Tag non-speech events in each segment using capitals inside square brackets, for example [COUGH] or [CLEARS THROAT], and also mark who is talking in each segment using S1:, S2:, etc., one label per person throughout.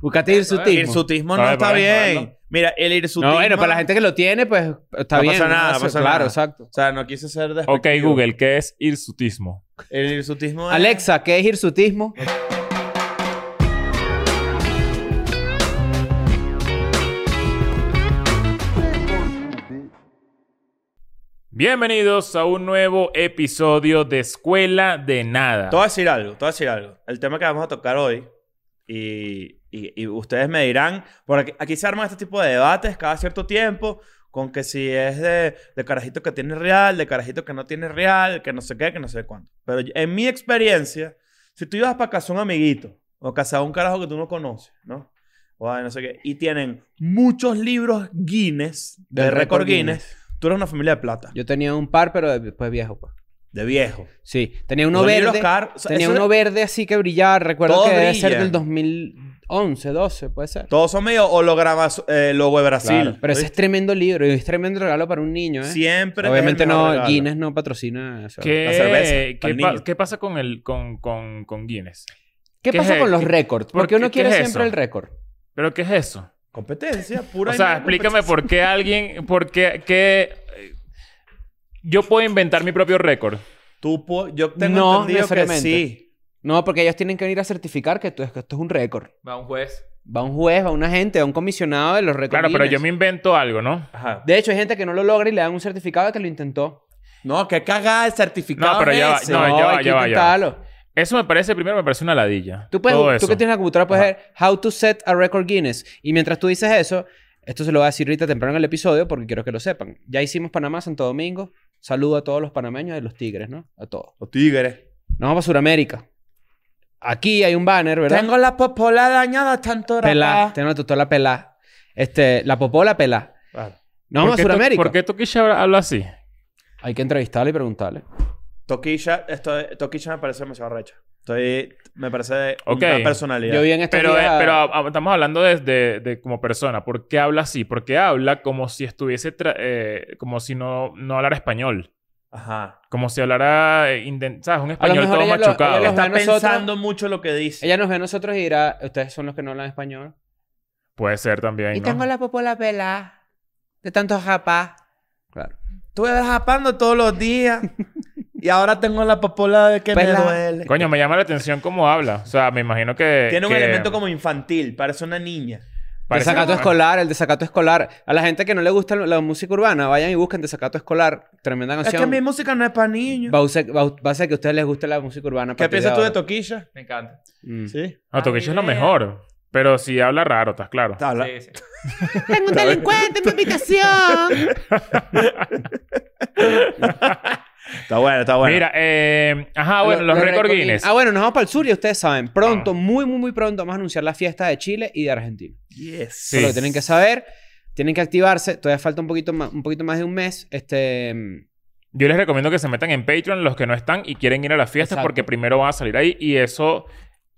S1: Búscate
S2: El
S1: hirsutismo.
S2: irsutismo
S3: A
S2: no
S3: ver,
S2: está
S3: para ver, para
S2: bien.
S3: verlo.
S2: Mira, el irsutismo.
S1: No, bueno, para la gente que lo tiene, pues está
S2: No
S1: bien.
S2: pasa nada, no pasa
S1: claro,
S2: nada.
S1: exacto.
S2: O sea, no quise
S1: [LAUGHS]
S2: ser despectivo.
S3: Ok, Google, ¿qué es hirsutismo?
S2: El irsutismo es...
S1: Alexa, ¿qué es hirsutismo?
S3: Bienvenidos a un nuevo episodio de Escuela de Nada.
S2: Te voy a decir algo, te voy a decir algo. El tema que vamos a tocar hoy, y, y- y ustedes me dirán, porque aquí se arman este tipo de debates cada cierto tiempo, con que si es de, de carajito que tiene real, de carajito que no tiene real, que no sé qué, que no sé cuánto. Pero yo- en mi experiencia, si tú ibas para casa de un amiguito, o casa de un carajo que tú no conoces, ¿no? O ay, no sé qué, y tienen muchos libros Guinness, de,
S1: Del
S2: récord
S1: récord
S2: Guinness, tú eres una familia de plata,
S1: Yo tenía un par, pero después viejo. pues.
S2: de viejo.
S1: Sí, tenía uno
S2: Son libros
S1: verde.
S2: car- o sea,
S1: tenía
S2: eso-
S1: uno verde así que brillaba. Recuerdo
S2: Todos
S1: que debe ser
S2: brillan.
S1: del 2011, 12, puede ser.
S2: Todos son medio hologramas, eh, logo de Brasil.
S3: Claro.
S1: Pero ese es tremendo libro y es tremendo regalo para un niño, ¿eh?
S2: Siempre.
S1: Obviamente
S2: es el mejor
S1: no,
S2: regalo.
S1: Guinness no patrocina. eso.
S3: ¿Qué,
S2: La cerveza,
S3: qué,
S2: pa'l
S3: pa-
S2: niño.
S3: qué pasa con, el, con, con, con Guinness?
S1: ¿Qué,
S3: ¿Qué
S1: pasa
S3: es-
S1: con los
S3: qué-
S1: récords?
S3: por
S1: Porque uno
S3: qué- qué
S1: quiere
S3: es
S1: siempre
S3: eso?
S1: el récord.
S3: ¿Pero qué es eso?
S2: Competencia pura.
S3: O
S2: y
S3: sea,
S2: mera
S3: explícame
S2: competencia.
S3: por qué alguien, por qué, qué- eh, yo puedo inventar mi propio récord.
S2: Tú po- yo tengo
S1: No
S2: entendido que
S1: necesariamente.
S2: sí.
S1: No, porque ellos tienen que venir a certificar que, tú- que esto es un récord.
S3: Va un juez.
S1: Va un juez, va una gente, va un comisionado de los récords.
S3: Claro, pero
S1: Guinness.
S3: yo me invento algo, ¿no?
S2: Ajá.
S1: De hecho, hay gente que no lo logra y le dan un certificado de que lo intentó.
S2: No, que cagada el certificado.
S3: No, pero ya va,
S2: ese.
S3: no, ya va,
S1: hay
S3: ya
S1: que
S3: va, ya va.
S1: intentarlo.
S3: Eso me parece, primero me parece una ladilla.
S1: Tú, puedes,
S3: Todo
S1: tú
S3: eso.
S1: que tienes la computadora puedes
S3: Ajá.
S1: ver How to set a record Guinness. Y mientras tú dices eso, esto se lo voy a decir ahorita temprano en el episodio porque quiero que lo sepan. Ya hicimos Panamá, Santo Domingo. Saludo a todos los panameños y los tigres, ¿no? A todos.
S2: Los tigres.
S1: Nos vamos a Sudamérica. Aquí hay un banner, ¿verdad?
S2: Tengo la popola dañada tanto
S1: pelá.
S2: rapaz.
S1: Tengo la tutora pelá. Este, la popola pelá.
S2: Claro.
S1: Nos vamos
S3: ¿Por
S1: a
S3: qué to-
S1: Sudamérica.
S3: ¿Por qué Tokisha habla así?
S1: Hay que entrevistarle y preguntarle.
S2: Toquilla, esto, Toquilla me parece demasiado recha. Estoy, me parece
S3: Ok.
S2: una personalidad.
S1: Yo vi en estos
S3: Pero,
S1: días
S3: eh,
S1: a-
S3: pero ah, ah, estamos hablando de, de- de como persona. ¿Por qué habla así? Porque habla como si estuviese, tra- eh, como si no, no hablara español.
S2: Ajá.
S3: Como si hablara, eh, inden- ¿sabes? Un español
S1: mejor
S3: todo
S1: ella lo-
S3: machucado.
S1: ella lo-
S2: Está
S1: a nosotros-
S2: pensando mucho lo que dice.
S1: Ella nos ve a nosotros y dirá, ustedes son los que no hablan español.
S3: Puede ser también, ¿no?
S1: la popola pelá. De tantos rapás. Claro.
S2: Tú eres japando todos los [LAUGHS] días. y ahora tengo la popola de que
S1: Pelá.
S2: me duele.
S3: Coño, me llama la atención cómo habla. O sea, me imagino que...
S2: Tiene un
S3: que
S2: elemento como infantil. Parece una niña.
S3: parece-
S1: Desacato escolar, el desacato escolar. A la gente que no le gusta la música urbana, vayan y busquen desacato escolar. Tremenda
S2: Es
S1: canción.
S2: que mi música no es para niños.
S1: Va a ser- va a- va a ser que a ustedes les guste la música urbana. a
S2: ¿Qué
S1: partir
S2: piensas tú de
S1: ahora.
S2: Toquilla?
S4: Me encanta.
S1: Mm.
S2: Sí.
S3: No, Toquicha es lo mejor. Pero si habla raro, estás claro.
S2: Habla.
S4: Sí, sí.
S1: Tengo un delincuente en mi habitación.
S2: Está bueno, está bueno.
S3: Mira, eh... Ajá, bueno, los, récord Guinness. Ah.
S1: Ah, bueno, nos vamos para el sur y ustedes saben, pronto, muy, muy, muy pronto vamos a anunciar la fiesta de Chile y de Argentina.
S2: Yes.
S1: Eso
S3: Sí.
S1: es lo que tienen que saber. Tienen que activarse. Todavía falta un poquito más, un poquito más de un mes. Este... mm,
S3: Yo les recomiendo que se metan en Patreon los que no están y quieren ir a las fiestas
S1: Exacto.
S3: porque primero van a salir ahí y eso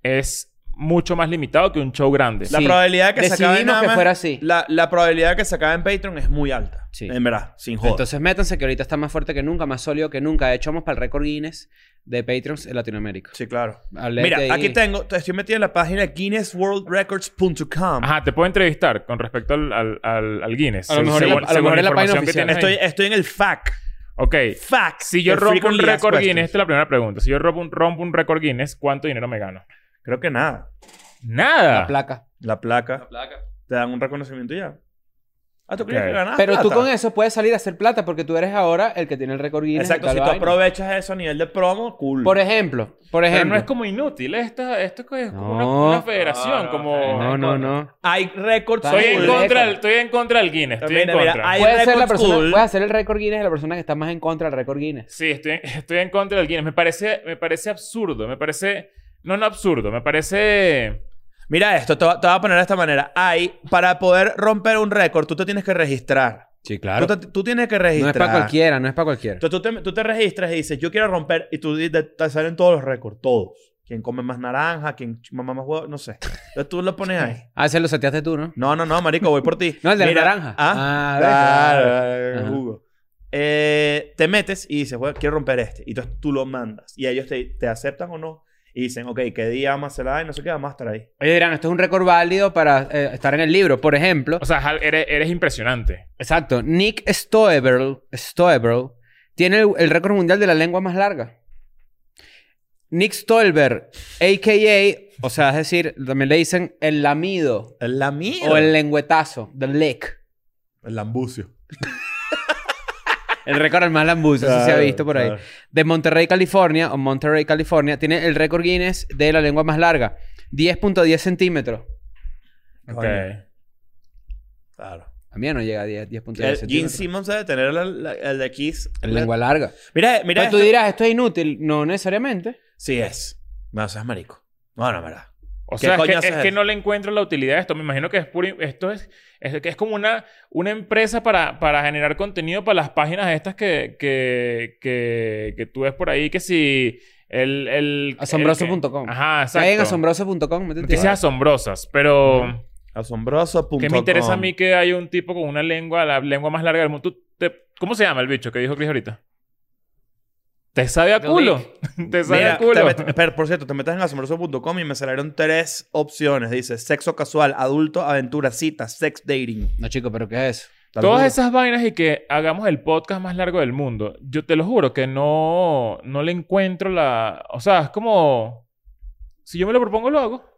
S3: es mucho más limitado que un show grande.
S2: La
S1: Sí.
S2: probabilidad de que se acabe
S1: Decidimos
S2: nada
S1: que
S2: más-
S1: fuera así.
S2: La, la probabilidad de que se acabe en Patreon es muy alta.
S1: Sí.
S2: En verdad, sin joder.
S1: Entonces métanse que ahorita está más fuerte que nunca, más sólido que nunca. De hecho, vamos para el récord Guinness de Patreons en Latinoamérica.
S2: sí, claro.
S1: Hablé
S2: Mira,
S1: de ahí.
S2: aquí tengo, estoy metido en la página guinnessworldrecords.com.
S3: Ajá, te puedo entrevistar con respecto al, al, al- al Guinness.
S1: A lo mejor en la- a lo mejor en la página
S3: información que
S1: oficial.
S3: tienes
S2: Estoy,
S3: ahí.
S2: estoy en el FAC.
S3: Ok.
S2: FAC.
S3: Si yo
S2: el
S3: rompo un
S2: frequently asked
S3: récord
S2: questions.
S3: Guinness, esta es la primera pregunta. Si yo rompo un, rompo un récord Guinness, ¿cuánto dinero me gano?
S2: Creo que nada.
S1: la
S3: Nada.
S1: placa.
S2: La
S4: La
S2: placa.
S4: placa.
S2: Te dan un reconocimiento y ya. Ah, tú
S3: Ok.
S2: crees que ganas
S1: Pero tú
S2: plata?
S1: con eso puedes salir a hacer plata porque tú eres ahora el que tiene el récord Guinness. de
S2: Exacto.
S1: tal
S2: Si tú
S1: vaina.
S2: aprovechas eso a nivel de promo, cool.
S1: Por e- ejemplo, por
S3: Pero
S1: ejemplo.
S3: no es como inútil. Esta, esto es como una,
S1: No.
S3: una federación.
S4: No, no,
S3: como...
S4: está bien.
S1: No, no, no.
S2: Hay récords
S1: Soy Está
S3: Estoy en,
S1: bien.
S3: contra del, estoy en contra del Guinness. Estoy
S2: Mira,
S3: en
S2: mira,
S3: contra.
S2: hay
S1: Puedes ser la
S2: récords
S1: persona,
S2: cool.
S1: puedes hacer el récord Guinness de la persona que está más en contra del récord Guinness.
S3: Sí, estoy, estoy en [LAUGHS] contra del Guinness. Me parece, me parece absurdo. Me parece. No, no absurdo. Me parece.
S2: Mira esto, te, va- te voy a poner de esta manera. Hay, para poder romper un récord, tú te tienes que registrar.
S1: Sí,
S2: Tú, te- tú tienes que
S1: No
S2: registrar.
S1: es para cualquiera, no es para cualquiera.
S2: Entonces, tú, te, tú te registras y dices, yo quiero romper. Y tú di- te, te salen todos los récords, todos. Quien come más naranja, quien mamá más huevo, no sé. Entonces tú lo pones
S1: [LAUGHS]
S2: ahí.
S1: Ah, ese lo seteaste tú, ¿no?
S2: No, no, no, marico, voy por ti.
S1: No, el de la
S2: Mira,
S1: naranja.
S2: Ah,
S1: Ah,
S2: claro.
S1: Ajá.
S2: Hugo. Eh, te metes y dices, bueno, quiero romper este. Y entonces tú lo mandas. Y ellos te, te aceptan o no. y dicen, ok, ¿qué día vamos a hacer la vaina? No sé qué, vamos a estar ahí.
S1: Ellos dirán, esto es un récord válido para eh, estar en el libro. Por ejemplo,
S3: O sea, Hal, eres, eres impresionante.
S1: exacto, Nick Stoeberl, Stoeberl tiene el, el récord mundial de la lengua más larga. Nick Stoeberl, a.k.a., o sea, es decir, también le dicen el lamido
S2: El lamido.
S1: o el lengüetazo, the lick.
S2: el lambucio.
S1: El récord al más lambucio, eso se ha visto por ahí. de Monterrey, California, o Monterrey, California, tiene el récord Guinness de la lengua más larga. 10.10 centímetros.
S3: Ok.
S2: Coño. Claro.
S1: A mí no llega a 10, 10.10
S2: El- Gene
S1: centímetros.
S2: Simmons debe tener la- la- el de Kiss.
S1: La lengua larga.
S2: Mira, mira.
S1: Pero tú
S2: esto.
S1: dirás, esto es inútil. No necesariamente.
S2: Sí es. No seas marico. No, no, verdad.
S3: O
S2: ¿Qué
S3: sea, es
S2: coño
S3: que,
S2: haces
S3: es que
S2: eso?
S3: no le encuentro la utilidad a esto. Me imagino que es puro... Esto es... Es, que es como una, una empresa para, para generar contenido para las páginas estas que, que, que, que tú ves por ahí. Que si... El... el
S1: Asombroso.com.
S3: el- Ajá, exacto.
S1: Cae en asombroso.com. métete.
S3: Noticias asombrosas. Pero...
S2: Asombroso.
S3: Que me interesa a mí que haya un tipo con una lengua, la lengua más larga del mundo. Tú te- ¿Cómo se llama el bicho que dijo Chris ahorita? Te sabe a
S1: The
S3: culo. [LAUGHS] te sabe
S2: Mira,
S3: a culo.
S2: te met- espera, por cierto, te metes en asombroso.com y me salieron tres opciones. Dice sexo casual, adulto, aventura, cita, sex dating.
S1: No, chico, pero ¿qué es eso?
S3: Todas esas vainas y que hagamos el podcast más largo del mundo. Yo te lo juro que no, no le encuentro la. O sea, es como. Si yo me lo propongo, lo hago.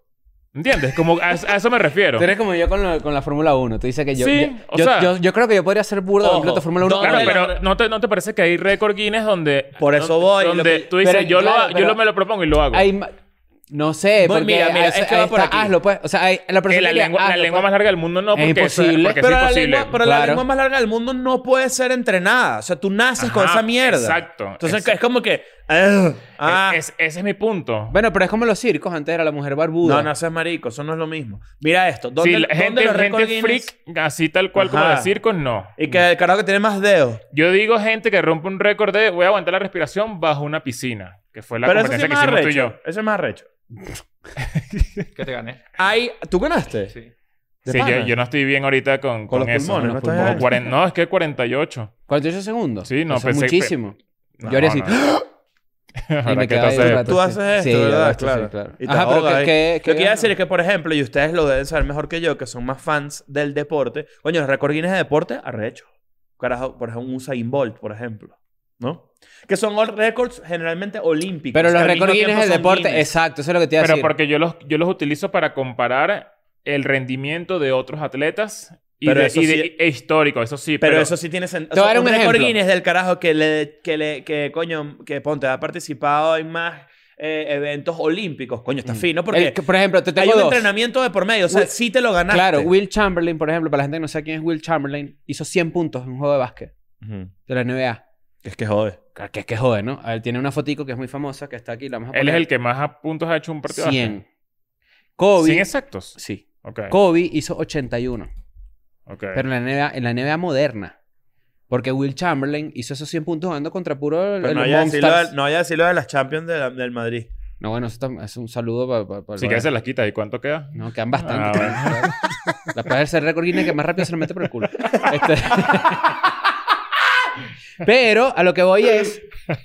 S3: ¿Entiendes? Como a, a eso me refiero.
S1: Tú eres como yo con, lo- con la Fórmula 1. Tú dices que yo...
S3: Sí,
S1: yo,
S3: o
S1: yo-
S3: sea-
S1: yo- yo creo que yo podría ser burdo
S2: Ojo,
S1: de piloto de Fórmula 1.
S2: no,
S3: Claro,
S2: no,
S3: pero ¿no te, ¿no te parece que hay récord Guinness donde...
S2: Por eso voy, lo
S3: Donde
S2: que-
S3: tú dices,
S1: Pero,
S3: yo, lo,
S1: claro,
S3: ha- yo
S1: pero-
S3: lo- me lo propongo y lo hago.
S1: Hay ma- No sé,
S2: Voy,
S1: porque...
S2: mira, mira, es que va por aquí.
S1: Hazlo, pues. O sea, hay- la
S3: Que
S1: persona
S3: la
S1: diría,
S3: lengua, la
S1: hazlo,
S3: lengua
S1: pues.
S3: más larga del mundo no,
S1: Es
S3: porque eso-
S1: imposible.
S3: porque
S2: pero
S3: es
S2: la,
S3: imposible.
S2: lengua, pero la
S1: Claro.
S2: lengua más larga del mundo no puede ser entrenada. O sea, tú naces con
S3: Ajá,
S2: esa mierda.
S3: exacto,
S2: Entonces
S3: exacto.
S2: es como que. "Ugh, ah".
S3: Es- ese es mi punto.
S1: Bueno, pero es como los circos. Antes era la mujer barbuda.
S2: no, no seas marico, eso no es lo mismo. Mira esto. ¿Dónde,
S3: Sí,
S2: dónde
S3: gente,
S2: los récord
S3: gente
S2: Guinness?
S3: freak, así tal cual como
S2: Ajá.
S3: de circos, no.
S2: Y que el carajo que tiene más dedos.
S3: Yo digo gente que rompe un récord de voy a aguantar la respiración bajo una piscina, que fue la
S2: pero eso sí
S3: competencia
S2: es
S3: que
S2: más
S3: hicimos tú y
S2: arrecho.
S3: yo.
S2: Eso es más arrecho.
S4: Que te gané.
S2: Hay- ¿Tú ganaste?
S4: Sí.
S2: ¿De
S3: Sí,
S2: pana?
S3: yo, yo no estoy bien ahorita con,
S2: Con
S3: con,
S2: los
S3: eso.
S2: pulmones,
S3: Con
S2: ¿no?
S3: los pulmones.
S2: Estás-
S3: Cuaren- no, es que 48.
S1: 48 segundos.
S3: Sí, no,
S1: Eso es
S3: pensé-
S1: muchísimo.
S3: No,
S1: Yo haría así.
S3: no.
S1: [LAUGHS]
S3: Ahora
S1: Y me
S3: que
S1: quedaba ahí
S3: entonces-
S1: un rato,
S2: Tú
S1: Pues sí.
S2: haces esto,
S1: Sí, la
S2: ¿verdad?
S1: verdad es que
S2: claro.
S1: sí, claro.
S2: Y te
S1: Ajá, pero
S2: ahogas
S1: que-
S2: ahí.
S1: que- que-
S2: Lo que iba a decir es que, por ejemplo, y ustedes lo deben saber mejor que yo, que son más fans del deporte. Coño, los récord Guinness de deporte, arrecho. Carajo, por ejemplo, un Usain Bolt, por ejemplo. ¿No? Que son all- récords generalmente olímpicos.
S1: Pero los
S2: que al
S1: récord
S2: mismo
S1: Guinness
S2: tiempo
S1: del
S2: son
S1: deporte,
S2: Guinness.
S1: exacto, eso es lo que te iba a
S3: Pero
S1: decir.
S3: porque yo los, yo los utilizo para comparar el rendimiento de otros atletas y,
S2: Pero
S3: de-
S2: eso
S3: y de-
S2: sí-
S3: e histórico, eso sí.
S2: Pero, eso sí tiene sentido.
S1: Te voy a dar un
S2: récord
S1: ejemplo.
S2: Guinness del carajo que le, que le, que coño, que ponte, ha participado en más eh, eventos olímpicos. Coño, está fino porque
S1: Mm. El que- por ejemplo, te
S2: hay
S1: tengo
S2: un
S1: dos.
S2: entrenamiento de por medio. O sea,
S1: Will-
S2: sí te lo ganaste.
S1: Claro, Will Chamberlain, por ejemplo, para la gente que no sabe quién es Will Chamberlain, hizo 100 puntos en un juego de básquet
S2: Ujú.
S1: de la NBA.
S2: Es que jode.
S1: Claro, Que es que jode, ¿no? A ver, tiene una fotico que es muy famosa, que está aquí, la vamos a
S3: Él
S1: poner.
S3: es el que más a- puntos ha hecho un partido.
S1: 100.
S3: ¿100
S1: Kobe,
S3: exactos?
S1: sí.
S3: Ok.
S1: Kobe hizo 81,
S3: ok.
S1: pero en la NBA, en la NBA moderna. Porque Will Chamberlain hizo esos 100 puntos jugando contra puro el,
S2: Pero
S1: el
S2: no vaya a decir lo
S1: Monsters.
S2: de- no vaya a decir lo de las Champions de la- del Madrid.
S1: No, bueno, eso tam- es un saludo para... Pa, pa-
S3: si
S1: pa-
S3: quieres se las quita. ¿Y cuánto queda?
S1: No, quedan
S3: Ah,
S1: bastante.
S3: bueno.
S1: [LAUGHS] La puede hacer récord Guinness que más rápido se lo mete por el culo. Este- [LAUGHS] pero a lo que voy es,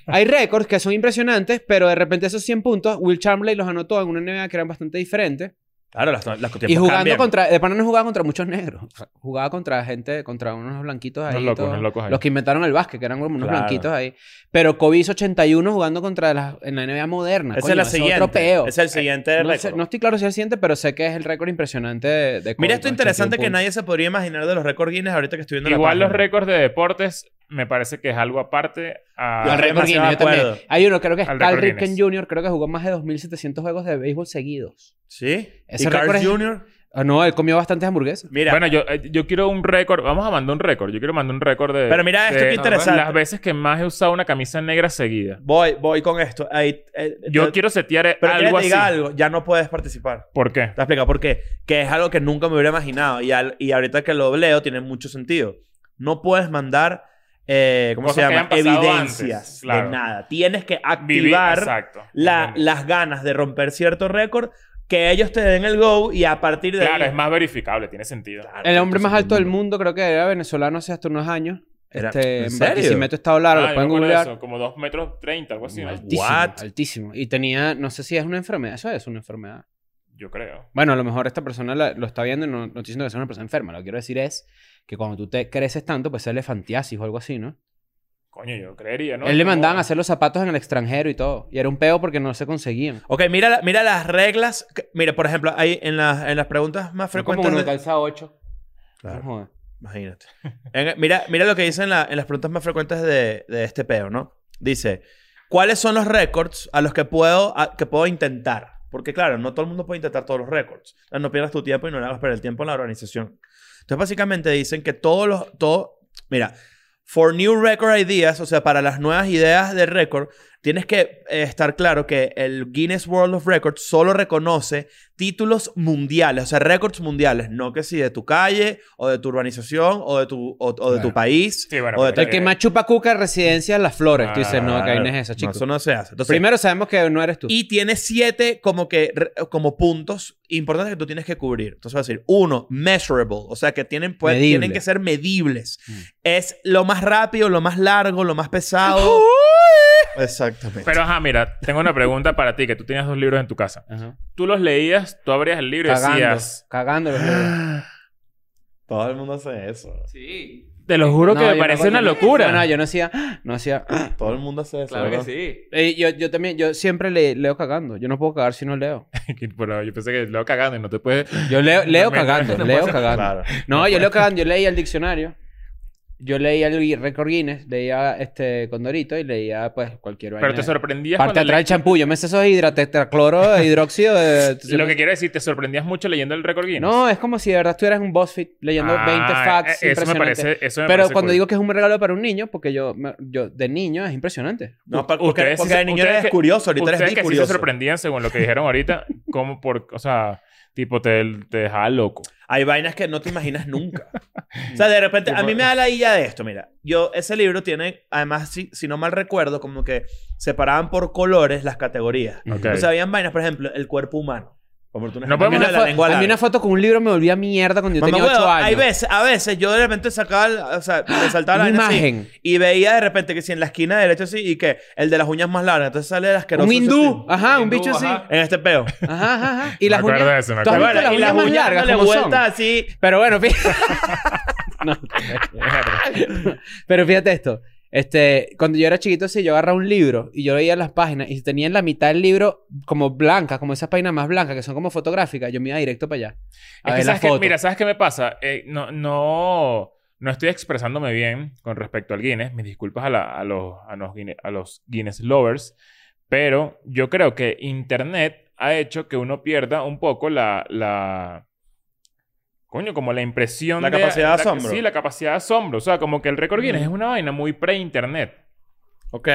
S1: hay récords que son impresionantes, pero de repente esos 100 puntos, Will Chamberlain los anotó en una NBA que eran bastante diferentes.
S2: Claro, las, las tiempos
S1: Y jugando
S2: cambian.
S1: contra, de pana no jugaba contra muchos negros, O sea, jugaba contra gente, contra unos blanquitos ahí.
S3: Unos locos,
S1: todo.
S3: unos locos ahí.
S1: Los que inventaron el básquet, que eran como unos
S2: Claro.
S1: blanquitos ahí. Pero Kobe hizo 81 jugando contra las, en la NBA moderna.
S2: Esa
S1: Coño,
S2: es la
S1: eso
S2: siguiente.
S1: otro peo. Eh,
S2: Es el siguiente
S1: No, sé-
S2: récord.
S1: no estoy claro si es el siguiente, pero sé que es el récord impresionante de, de
S2: Mira
S1: Kobe,
S2: esto
S1: con
S2: interesante
S1: 81
S2: que
S1: puntos.
S2: nadie se podría imaginar de los récord Guinness ahorita que estoy viendo la
S3: Igual los
S2: página.
S3: récords de deportes me parece que es algo aparte a-
S2: Yo
S1: Al récord
S2: demasiado
S1: Guinness, yo
S2: acuerdo.
S1: también. Hay uno, creo que es
S3: Al
S1: Cal
S3: récord
S1: Ripken
S3: Guinness.
S1: Jr., creo que jugó más de 2.700 juegos de béisbol seguidos.
S2: ¿Sí?
S1: Ese
S2: ¿Y Carl
S1: récord es-
S2: Jr.?
S1: Ah, no, él comió bastantes hamburguesas.
S2: Mira,
S3: Bueno, yo, eh, yo quiero un récord. Vamos a mandar un récord. Yo quiero mandar un récord de...
S2: Pero mira esto
S3: de
S2: qué interesante.
S3: Las veces que más he usado una camisa negra seguida.
S2: voy, voy con esto. Ahí, eh,
S3: Yo
S2: te-
S3: quiero setear eh,
S2: Pero
S3: algo
S2: que te
S3: así.
S2: diga algo, ya no puedes participar.
S3: ¿Por qué?
S2: Te voy a explicar por qué. Que es algo que nunca me hubiera imaginado. Y, al- y ahorita que lo leo, tiene mucho sentido. No puedes mandar, eh, ¿cómo
S3: Cosas
S2: se
S3: que
S2: llama?
S3: hayan pasado
S2: Evidencias
S3: antes, claro.
S2: de nada. Tienes que
S3: Vivir...
S2: activar
S3: Exacto.
S2: la-
S3: Entiendo.
S2: las ganas de romper cierto récord, que ellos te den el go y a partir de
S3: Claro,
S2: ahí...
S3: es más verificable. Tiene sentido.
S2: Claro,
S1: El hombre más alto del
S2: mundo.
S1: mundo creo que era venezolano hace hasta unos años.
S2: Era-
S1: Este,
S2: ¿en
S1: en
S2: serio?
S1: Barquisimeto está largo,
S3: Ah, yo
S1: pueden
S3: me acuerdo de
S1: googlear.
S3: eso, Como 2 metros 30, algo así. ¿no?
S1: Altísimo,
S2: What?
S1: altísimo. Y tenía, no sé si es una enfermedad, eso es una enfermedad.
S3: Yo creo.
S1: Bueno, a lo mejor esta persona la- lo está viendo y no, no estoy diciendo que sea una persona enferma. Lo que quiero decir es que cuando tú te creces tanto, pues es elefantiasis o algo así, ¿no?
S3: Coño, yo creería, ¿no?
S1: Él le
S3: Como-
S1: mandaban a hacer los zapatos en el extranjero y todo. Y era un peo porque no se conseguían.
S2: Ok, mira, la- mira las reglas. que- mira, por ejemplo, ahí en, las- en las preguntas más
S1: Fue como
S2: frecuentes.
S1: uno
S2: de-
S1: calza 8.
S2: Claro. Imagínate. En- mira, mira lo que dicen la- en las preguntas más frecuentes de, de este peo, ¿no? Dice, ¿cuáles son los récords a los que puedo, a- que puedo intentar? Porque claro, no todo el mundo puede intentar todos los récords. O sea, No pierdas tu tiempo y no le hagas perder el tiempo a la organización. Entonces, básicamente dicen que todos los... Todo, mira, for new record ideas, o sea, para las nuevas ideas de récord, tienes que eh, estar claro que el Guinness World of Records solo reconoce títulos mundiales, o sea, récords mundiales, no que si de tu calle o de tu urbanización o de tu, o, o de tu
S1: Claro.
S2: país.
S3: Sí, bueno,
S2: o de
S3: pero- Ah,
S1: El que más chupa cuca residencia las flores. tú dices, no, acá no es eso,
S2: No,
S1: chicos.
S2: eso no se hace. Entonces,
S1: Primero sabemos que no eres tú.
S2: y tiene siete como que re- como puntos importantes que tú tienes que cubrir. Entonces va a decir, uno, measurable, o sea que tienen, pues,
S1: Medible.
S2: tienen que ser medibles.
S1: Mm.
S2: Es lo más rápido, lo más largo, lo más [LAUGHS] pesado. Exactamente.
S3: Pero ajá, mira, tengo una pregunta para ti, que tú tenías dos libros en tu casa.
S1: Ajá.
S3: Tú los leías, tú abrías el libro y
S1: Cagando.
S3: decías...
S1: Cagando
S3: [GASPS]
S1: los libros.
S2: Todo el mundo hace eso.
S4: Sí,
S3: Te lo juro
S1: No,
S3: que
S1: yo
S3: me
S1: me
S3: parece
S1: acuerdo
S3: una
S1: que-
S3: locura.
S1: No, no, yo no hacía. [GASPS] No hacía.
S2: Todo el mundo hace eso.
S4: claro que sí.
S1: Eh, yo, yo también, yo siempre le- leo cagando. Yo no puedo cagar si no
S3: [LAUGHS]
S1: leo.
S3: Pero yo pensé que leo cagando y no te puedes...
S1: Yo leo, leo
S3: me-
S1: cagando,
S3: [LAUGHS] no
S1: leo
S3: puede ser-
S1: cagando. No, yo leo cagando. Yo leía el diccionario. Yo leía el Gui- récord Guinness, leía este Condorito y leía pues cualquier vaina.
S3: Pero te sorprendías
S1: Parte
S3: cuando
S1: atrás el champú. Yo me sé eso hidratetracloro,
S3: [LAUGHS]
S1: hidróxido. de-
S3: le- Lo que quiero decir, te sorprendías mucho leyendo el récord Guinness.
S1: No, es como si de verdad estuvieras en un BuzzFeed leyendo
S3: Ah,
S1: 20 facts
S3: eh, Eso me
S1: impresionantes.
S3: parece... Eso me
S1: Pero
S3: parece
S1: cuando
S3: cool.
S1: digo que es un regalo para un niño, porque yo, me- yo de niño es impresionante.
S2: No, pa- porque,
S3: Ustedes-
S2: porque de niño
S3: ustedes
S2: eres
S3: que-
S2: curioso, ahorita eres
S3: Ustedes
S2: muy
S3: que sí se
S2: curioso.
S3: sorprendían según lo que dijeron ahorita, como por, o sea, tipo te, te dejaba loco.
S2: Hay vainas que no te imaginas
S3: [LAUGHS]
S2: nunca. o sea, de repente, a mí me da la idea de esto, mira. Yo, ese libro tiene, además, si, si no mal recuerdo, como que separaban por colores las categorías.
S1: Ujú.
S3: Ok.
S2: O sea, habían vainas, por ejemplo, el cuerpo humano. Como tú
S3: No
S1: A mí,
S3: podemos-
S2: de
S1: una
S2: la
S1: fo-
S2: lengua
S1: a mí
S2: larga.
S1: una foto con un libro me volvía mierda cuando yo
S2: Mamá,
S1: tenía 8
S2: huevo,
S1: años.
S2: Hay veces, a veces yo de repente sacaba, el- o sea, me saltaba la
S1: una
S2: vaina así,
S1: imagen.
S2: y veía de repente que si en la esquina derecha sí y que el de las uñas más largas, entonces sale el asqueroso.
S1: Un
S2: ese
S1: hindú.
S2: sí.
S1: Ajá, un
S4: Hindú,
S1: bicho así.
S4: ajá.
S1: Ajá,
S2: En este peo.
S1: ajá, ajá. Y
S3: Me
S1: las
S3: acuerdo
S1: uñas.
S3: de eso, me
S1: ¿Tú has
S3: acuerdo.
S1: visto las
S2: y las
S1: uñas más
S2: uñas
S1: largas
S2: dándole
S1: como son?
S2: vueltas así.
S1: Pero bueno, fíjate. No, [LAUGHS] pero fíjate esto. Este, cuando yo era chiquito, sí, yo agarraba un libro y yo veía las páginas y tenía en la mitad del libro como blancas, como esas páginas más blancas que son como fotográficas, yo me iba directo para allá. A ver
S3: Es que ¿sabes
S1: las
S3: qué?
S1: fotos.
S3: mira, ¿sabes qué me pasa? Eh, no, no, no estoy expresándome bien con respecto al Guinness. Mis disculpas a, la- a los, a, los Guinness, a los Guinness lovers. Pero yo creo que Internet ha hecho que uno pierda un poco la... la coño, como la impresión
S2: La capacidad de asombro.
S3: Sí, la capacidad de asombro. O sea, como que el récord Guinness es una vaina muy pre-Internet.
S2: Ok.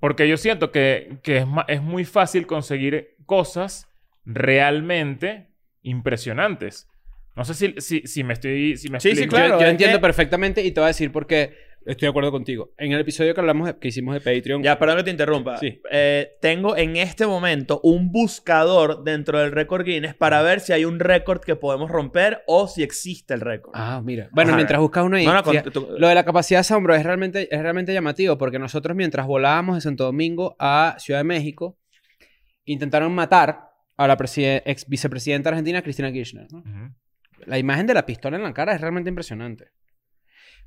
S3: Porque yo siento que, que es, ma- es muy fácil conseguir cosas realmente impresionantes. No sé si, si, si me estoy... Si me
S2: Sí, sí,
S3: explico.
S2: claro.
S1: yo yo
S2: es
S1: entiendo
S2: que-
S1: perfectamente y te voy a decir por qué estoy de acuerdo contigo. En el episodio que hablamos de- que hicimos de Patreon,
S2: Ya, perdón que te interrumpa.
S1: Sí.
S2: Eh, tengo en este momento un buscador dentro del récord Guinness para ver si hay un récord que podemos romper o si existe el récord.
S1: Ah, mira. Bueno,
S2: Ajá.
S1: mientras buscas una
S2: no, no, con-
S1: identidad-
S2: tú-
S1: Lo de la capacidad de asombro es realmente, es realmente llamativo porque nosotros mientras volábamos de Santo Domingo a Ciudad de México, intentaron matar a la preside- ex vicepresidenta argentina, Cristina Kirchner. ¿no?
S3: Ujú.
S1: La imagen de la pistola en la cara es realmente impresionante.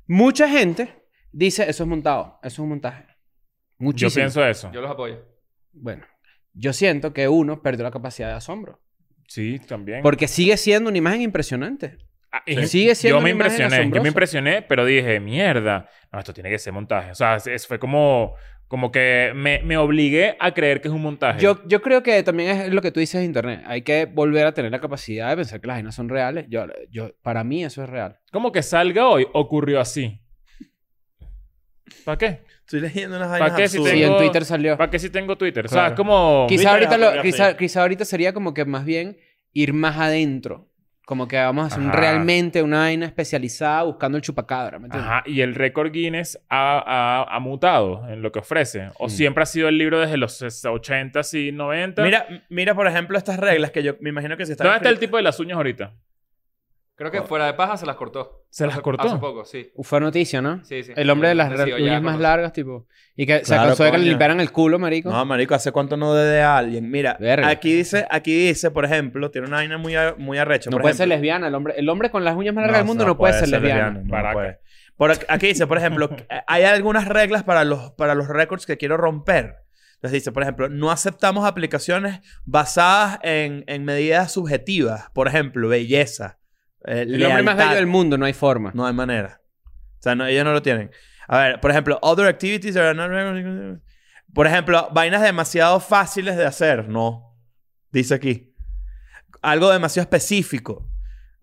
S1: Mucha gente dice, eso es montado, eso es un montaje.
S3: Yo
S1: Muchísimo.
S3: pienso eso.
S4: Yo los apoyo.
S1: Bueno, yo siento que uno perdió la capacidad de asombro
S3: Sí, también.
S1: porque sigue siendo una imagen impresionante.
S3: Ah, y-
S1: sigue siendo
S3: Yo me
S1: una imagen
S3: impresioné. Yo
S1: asombrosa.
S3: me impresioné, pero dije, mierda. No, esto tiene que ser montaje. O sea, es- es- fue como... Como que me, me obligué a creer que es un montaje.
S1: Yo, yo creo que también es lo que tú dices de internet. Hay que volver a tener la capacidad de pensar que las vainas son reales. Yo, yo, para mí eso es real.
S3: Como que salga hoy, ocurrió así. ¿Para qué?
S2: Estoy leyendo unas
S3: ¿Para
S2: vainas
S3: qué si
S2: absurdas.
S1: Sí,
S3: Tengo-
S1: en Twitter salió.
S3: ¿Para qué si tengo Twitter? O sea,
S1: Claro.
S3: es como...
S1: Quizá
S2: Viste
S1: ahorita,
S2: la
S1: lo-
S2: fotografía.
S1: quizá, quizá ahorita sería como que más bien ir más adentro. Como que vamos a hacer un-
S3: Ajá.
S1: realmente una vaina especializada buscando el chupacabra. ¿me entiendes?
S3: Ajá, y el récord Guinness ha, ha- ha mutado en lo que ofrece. O
S1: Sí.
S3: siempre ha sido el libro desde los 80 y 90.
S2: Mira, mira, por ejemplo, estas reglas que yo me imagino que se están.
S3: ¿Dónde está el
S2: escri-
S3: tipo de las uñas ahorita?
S4: Creo que fuera de paja se las cortó.
S3: ¿Se las
S4: Hace-
S3: cortó?
S4: Hace poco, sí.
S1: Fue noticia, ¿no?
S4: Sí, sí.
S1: El hombre de las
S4: Decidió ya
S1: uñas más
S4: conocer.
S1: largas, tipo. Y que se
S2: Claro,
S1: cansó de que le
S2: coño.
S1: limpiaran el culo, marico.
S2: No, marico, ¿hace cuánto no de a alguien? Mira,
S1: Verga.
S2: aquí dice, aquí dice, por ejemplo, tiene una vaina muy, a- muy arrecha.
S1: No
S2: por
S1: puede
S2: ejemplo.
S1: ser lesbiana. El hombre, el hombre con las uñas más largas del mundo no, puede, ser, lesbiana.
S2: no
S3: Baraca.
S2: puede. Por ac- aquí dice, por ejemplo,
S1: [LAUGHS]
S2: que hay algunas reglas para los, para los récords que quiero romper. Entonces dice, por ejemplo, no aceptamos aplicaciones basadas en, en medidas subjetivas. Por ejemplo, belleza. eh,
S1: El hombre más
S2: lealtad.
S1: bello del mundo, no hay forma.
S2: No hay manera. O sea, no- ellos no lo tienen. A ver, por ejemplo, other activities are not... Por ejemplo, vainas demasiado fáciles de hacer. No. Dice aquí. Algo demasiado específico.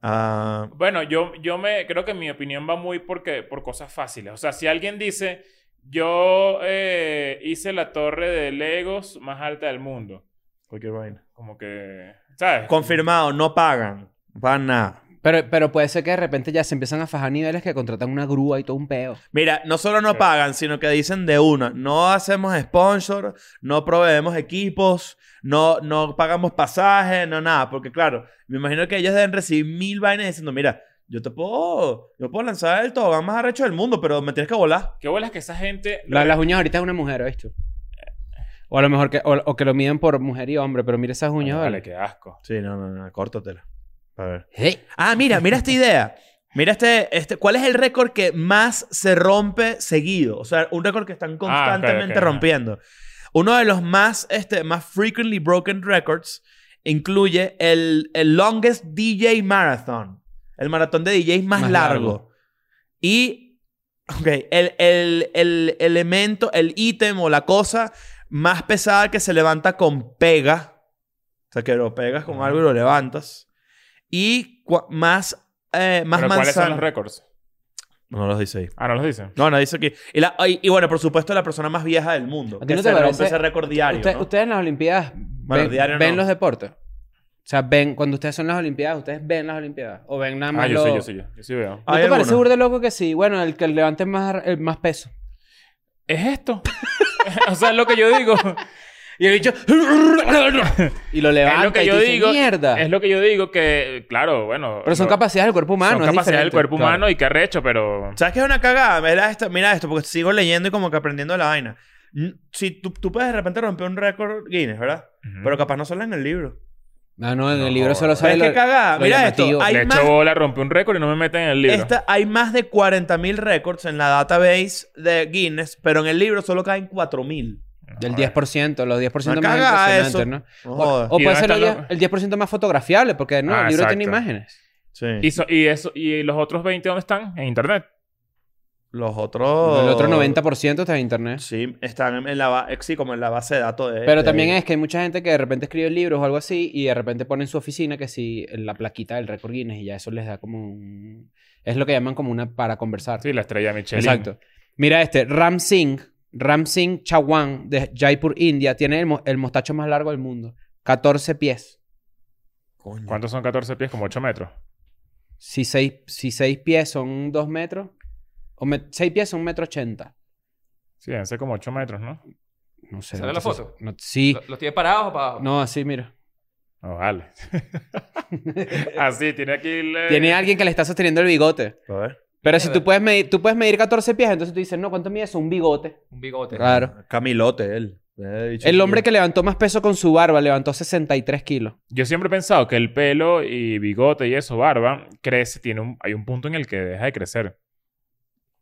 S2: Ah,
S3: Bueno, yo, yo me creo que mi opinión va muy porque, por cosas fáciles. O sea, si alguien dice, yo eh, hice la torre de Legos más alta del mundo.
S2: cualquier vaina.
S3: Como que, ¿sabes?
S2: Confirmado, no pagan. No Pagan nada.
S1: Pero, pero puede ser que de repente ya se empiezan a fajar niveles que contratan una grúa y todo un peo.
S2: Mira, no solo no
S3: Sí.
S2: pagan, sino que dicen de una. No hacemos sponsor, no proveemos equipos, no, no pagamos pasajes, no nada. Porque claro, me imagino que ellos deben recibir mil vainas diciendo, mira, yo te puedo, yo puedo lanzar el tobogán más arrecho del mundo, pero me tienes que volar.
S3: Qué bolas que esa gente...
S1: La- las uñas ahorita es una mujer, esto. O a lo mejor que, o, o que lo miden por mujer y hombre, pero mira esas uñas,
S3: Coño,
S1: vale.
S3: vale, qué asco.
S2: Sí, no, no, no, córtatela. A ver.
S1: Hey.
S2: Ah, mira, mira esta idea. Mira este, este, ¿cuál es el récord que más se rompe seguido? O sea, un récord que están constantemente
S3: ok, ok.
S2: rompiendo. Uno de los más, este, más frequently broken records incluye el, el longest DJ marathon. El maratón de DJs más,
S1: Más
S2: largo.
S1: largo.
S2: Y, ok, el, el, el elemento, el ítem o la cosa más pesada que se levanta con pega. O sea, que lo pegas con
S3: Ajá.
S2: algo y lo levantas. Y cua- más, eh, más
S3: Pero ¿cuáles son los
S2: manzana.
S3: récords?
S2: No los dice ahí.
S3: Ah, no los dicen.
S2: No, no dice aquí. Y, la- ay, y bueno, por supuesto, la persona más vieja del mundo.
S1: ¿A ti
S2: Que
S1: no te
S2: se rompe
S1: parece-
S2: ese récord diario.
S1: Usted-
S2: ¿no?
S1: Ustedes en las Olimpiadas ven,
S2: diario
S1: ven
S2: no.
S1: los deportes. O sea, ven, cuando ustedes son las Olimpiadas, ustedes ven las Olimpiadas. O ven nada más
S3: Ah, yo
S1: lo-
S3: sí, yo sí, yo, yo sí veo.
S1: ¿No
S2: Hay
S1: te parece
S2: algunos.
S1: burda loco que sí? Bueno, el que levante más, el más peso.
S3: ¿Es esto? [LAUGHS] o sea, es lo que yo
S1: [LAUGHS]
S3: digo.
S1: Y el
S4: [LAUGHS]
S1: bicho... y lo levanta
S3: es lo que
S1: y
S3: yo
S1: te dice,
S3: digo.
S1: mierda.
S3: Es lo que yo digo que, claro, bueno.
S1: Pero son
S3: lo-
S1: capacidades del cuerpo humano.
S3: Son
S1: es
S3: capacidades del
S1: diferente,
S3: cuerpo
S1: claro.
S3: humano y que arrecho, pero...
S2: ¿Sabes qué es una cagada? Mira esto, mira esto, porque sigo leyendo y como que aprendiendo la vaina. N- Si tú, tú puedes de repente romper un récord Guinness, ¿verdad?
S3: Ujú.
S2: Pero capaz no sale en el libro.
S1: No, Ah, no, en
S3: No,
S1: el libro solo
S3: joder.
S1: sale...
S2: ¿Sabes qué
S1: lo-
S2: cagada?
S1: lo
S2: Mira esto.
S1: llamativo.
S2: Hay
S3: Le
S2: más,
S3: echo bola, rompe un récord y no me meten en el libro.
S2: esta- hay más de 40.000 récords en la database de Guinness, pero en el libro solo caen 4.000.
S1: Del
S3: Joder.
S1: 10%, los 10%
S2: Una
S1: más
S2: cagada
S1: impresionantes,
S2: eso.
S1: ¿no?
S2: No
S1: Oh. O,
S2: jodas.
S1: o
S3: ¿Y
S1: puede
S3: dónde
S1: ser el, die-
S3: están
S1: el 10% más fotografiable, porque no,
S3: Ah,
S1: el libro tiene
S3: exacto.
S1: imágenes.
S2: Sí.
S3: ¿Y, so- y eso, ¿Y los otros 20 dónde están? En internet.
S2: Los otros.
S1: El otro 90% está en internet.
S2: Oh. Sí, están en- en la, ba- sí, como en la base de datos de.
S1: Pero
S2: de-
S1: también es que hay mucha gente que de repente escribe libros o algo así y de repente pone en su oficina que si la plaquita del récord Guinness y ya eso les da como un... Es lo que llaman como una para conversar.
S3: Sí, la estrella Michelin.
S1: Exacto. Mira este, Ram Singh, Ram Singh Chawan de Jaipur, India, tiene el, mo- el mostacho más largo del mundo. 14 pies.
S2: Coño.
S3: ¿Cuántos son 14 pies? Como 8 metros.
S1: Si 6 si seis pies son 2 metros, o 6 pies son 1,80 metro 80.
S3: Sí, deben ser como 8 metros, ¿no?
S1: No sé.
S4: ¿Se ve
S1: no
S4: la
S1: sé-
S4: foto?
S1: no- sí.
S4: ¿Lo- ¿Los tiene parados o para abajo?
S1: No, así, mira.
S3: No,
S1: [LAUGHS]
S3: vale. Así, tiene aquí... el- eh,
S1: Tiene alguien que le está sosteniendo el bigote.
S2: A ver.
S1: Pero si
S4: Mierda.
S1: tú puedes medir, tú puedes medir 14 pies, entonces tú dices, no, ¿cuánto mide eso? Un bigote.
S4: Un bigote.
S1: Claro.
S2: Camilote, él. Eh, bicho,
S1: El hombre que levantó más peso con su barba levantó 63 kilos.
S3: Yo siempre he pensado que el pelo y bigote y eso, barba, crece. Tiene un... Hay un punto en el que deja de crecer.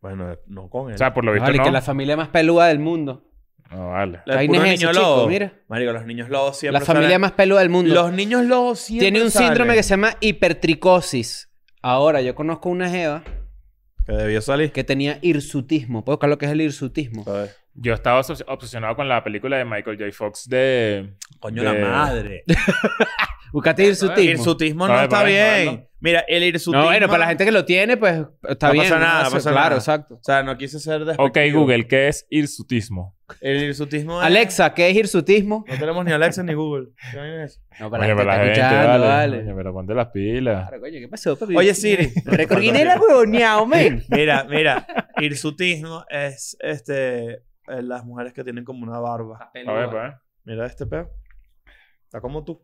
S2: Bueno, no con él.
S3: O sea, por lo visto
S1: Vale,
S3: no.
S1: que la familia más peluda del mundo.
S3: No, vale.
S2: El
S1: Ahí
S2: puro
S1: no es
S2: niño
S1: eso, chico,
S2: lobo.
S1: mira.
S2: Marico, los niños lobos siempre.
S1: La familia
S2: salen-
S1: más peluda del mundo.
S2: Los niños lobos siempre.
S1: Tiene un
S2: salen.
S1: síndrome que se llama hipertricosis. Ahora, yo conozco una jeva
S2: Que debió salir.
S1: que tenía hirsutismo. ¿Puedo buscar lo que es el hirsutismo?
S2: A ver.
S3: Yo estaba obses- obsesionado con la película de Michael J. Fox de...
S2: Coño,
S3: De-
S2: la madre.
S1: Búscate
S2: El
S1: hirsutismo.
S2: irsutismo no
S3: Vale,
S2: está
S3: vale,
S2: bien.
S3: vale.
S2: Mira, el irsutismo.
S1: No, bueno, para la gente que lo tiene, pues está
S2: No
S1: bien.
S2: pasa nada, no pasa
S1: claro,
S2: nada.
S1: exacto.
S2: O sea, no quise ser despectivo.
S3: Ok, Google, ¿qué es hirsutismo?
S2: El irsutismo es-
S1: Alexa, ¿qué es hirsutismo?
S2: No tenemos ni Alexa ni Google. ¿Qué vaina es eso?
S1: No,
S3: Oye, pero la gente, vale. Oye, pero ponte las pilas.
S1: Claro, coño, ¿qué pasó, papi?
S2: Oye, Siri.
S1: Récord Guinness era huevoneado, men.
S2: Mira, mira, hirsutismo es este eh, las mujeres que tienen como una barba.
S4: Está
S3: A
S4: peludo.
S3: ver, pues.
S2: Mira este peo. Está como tú.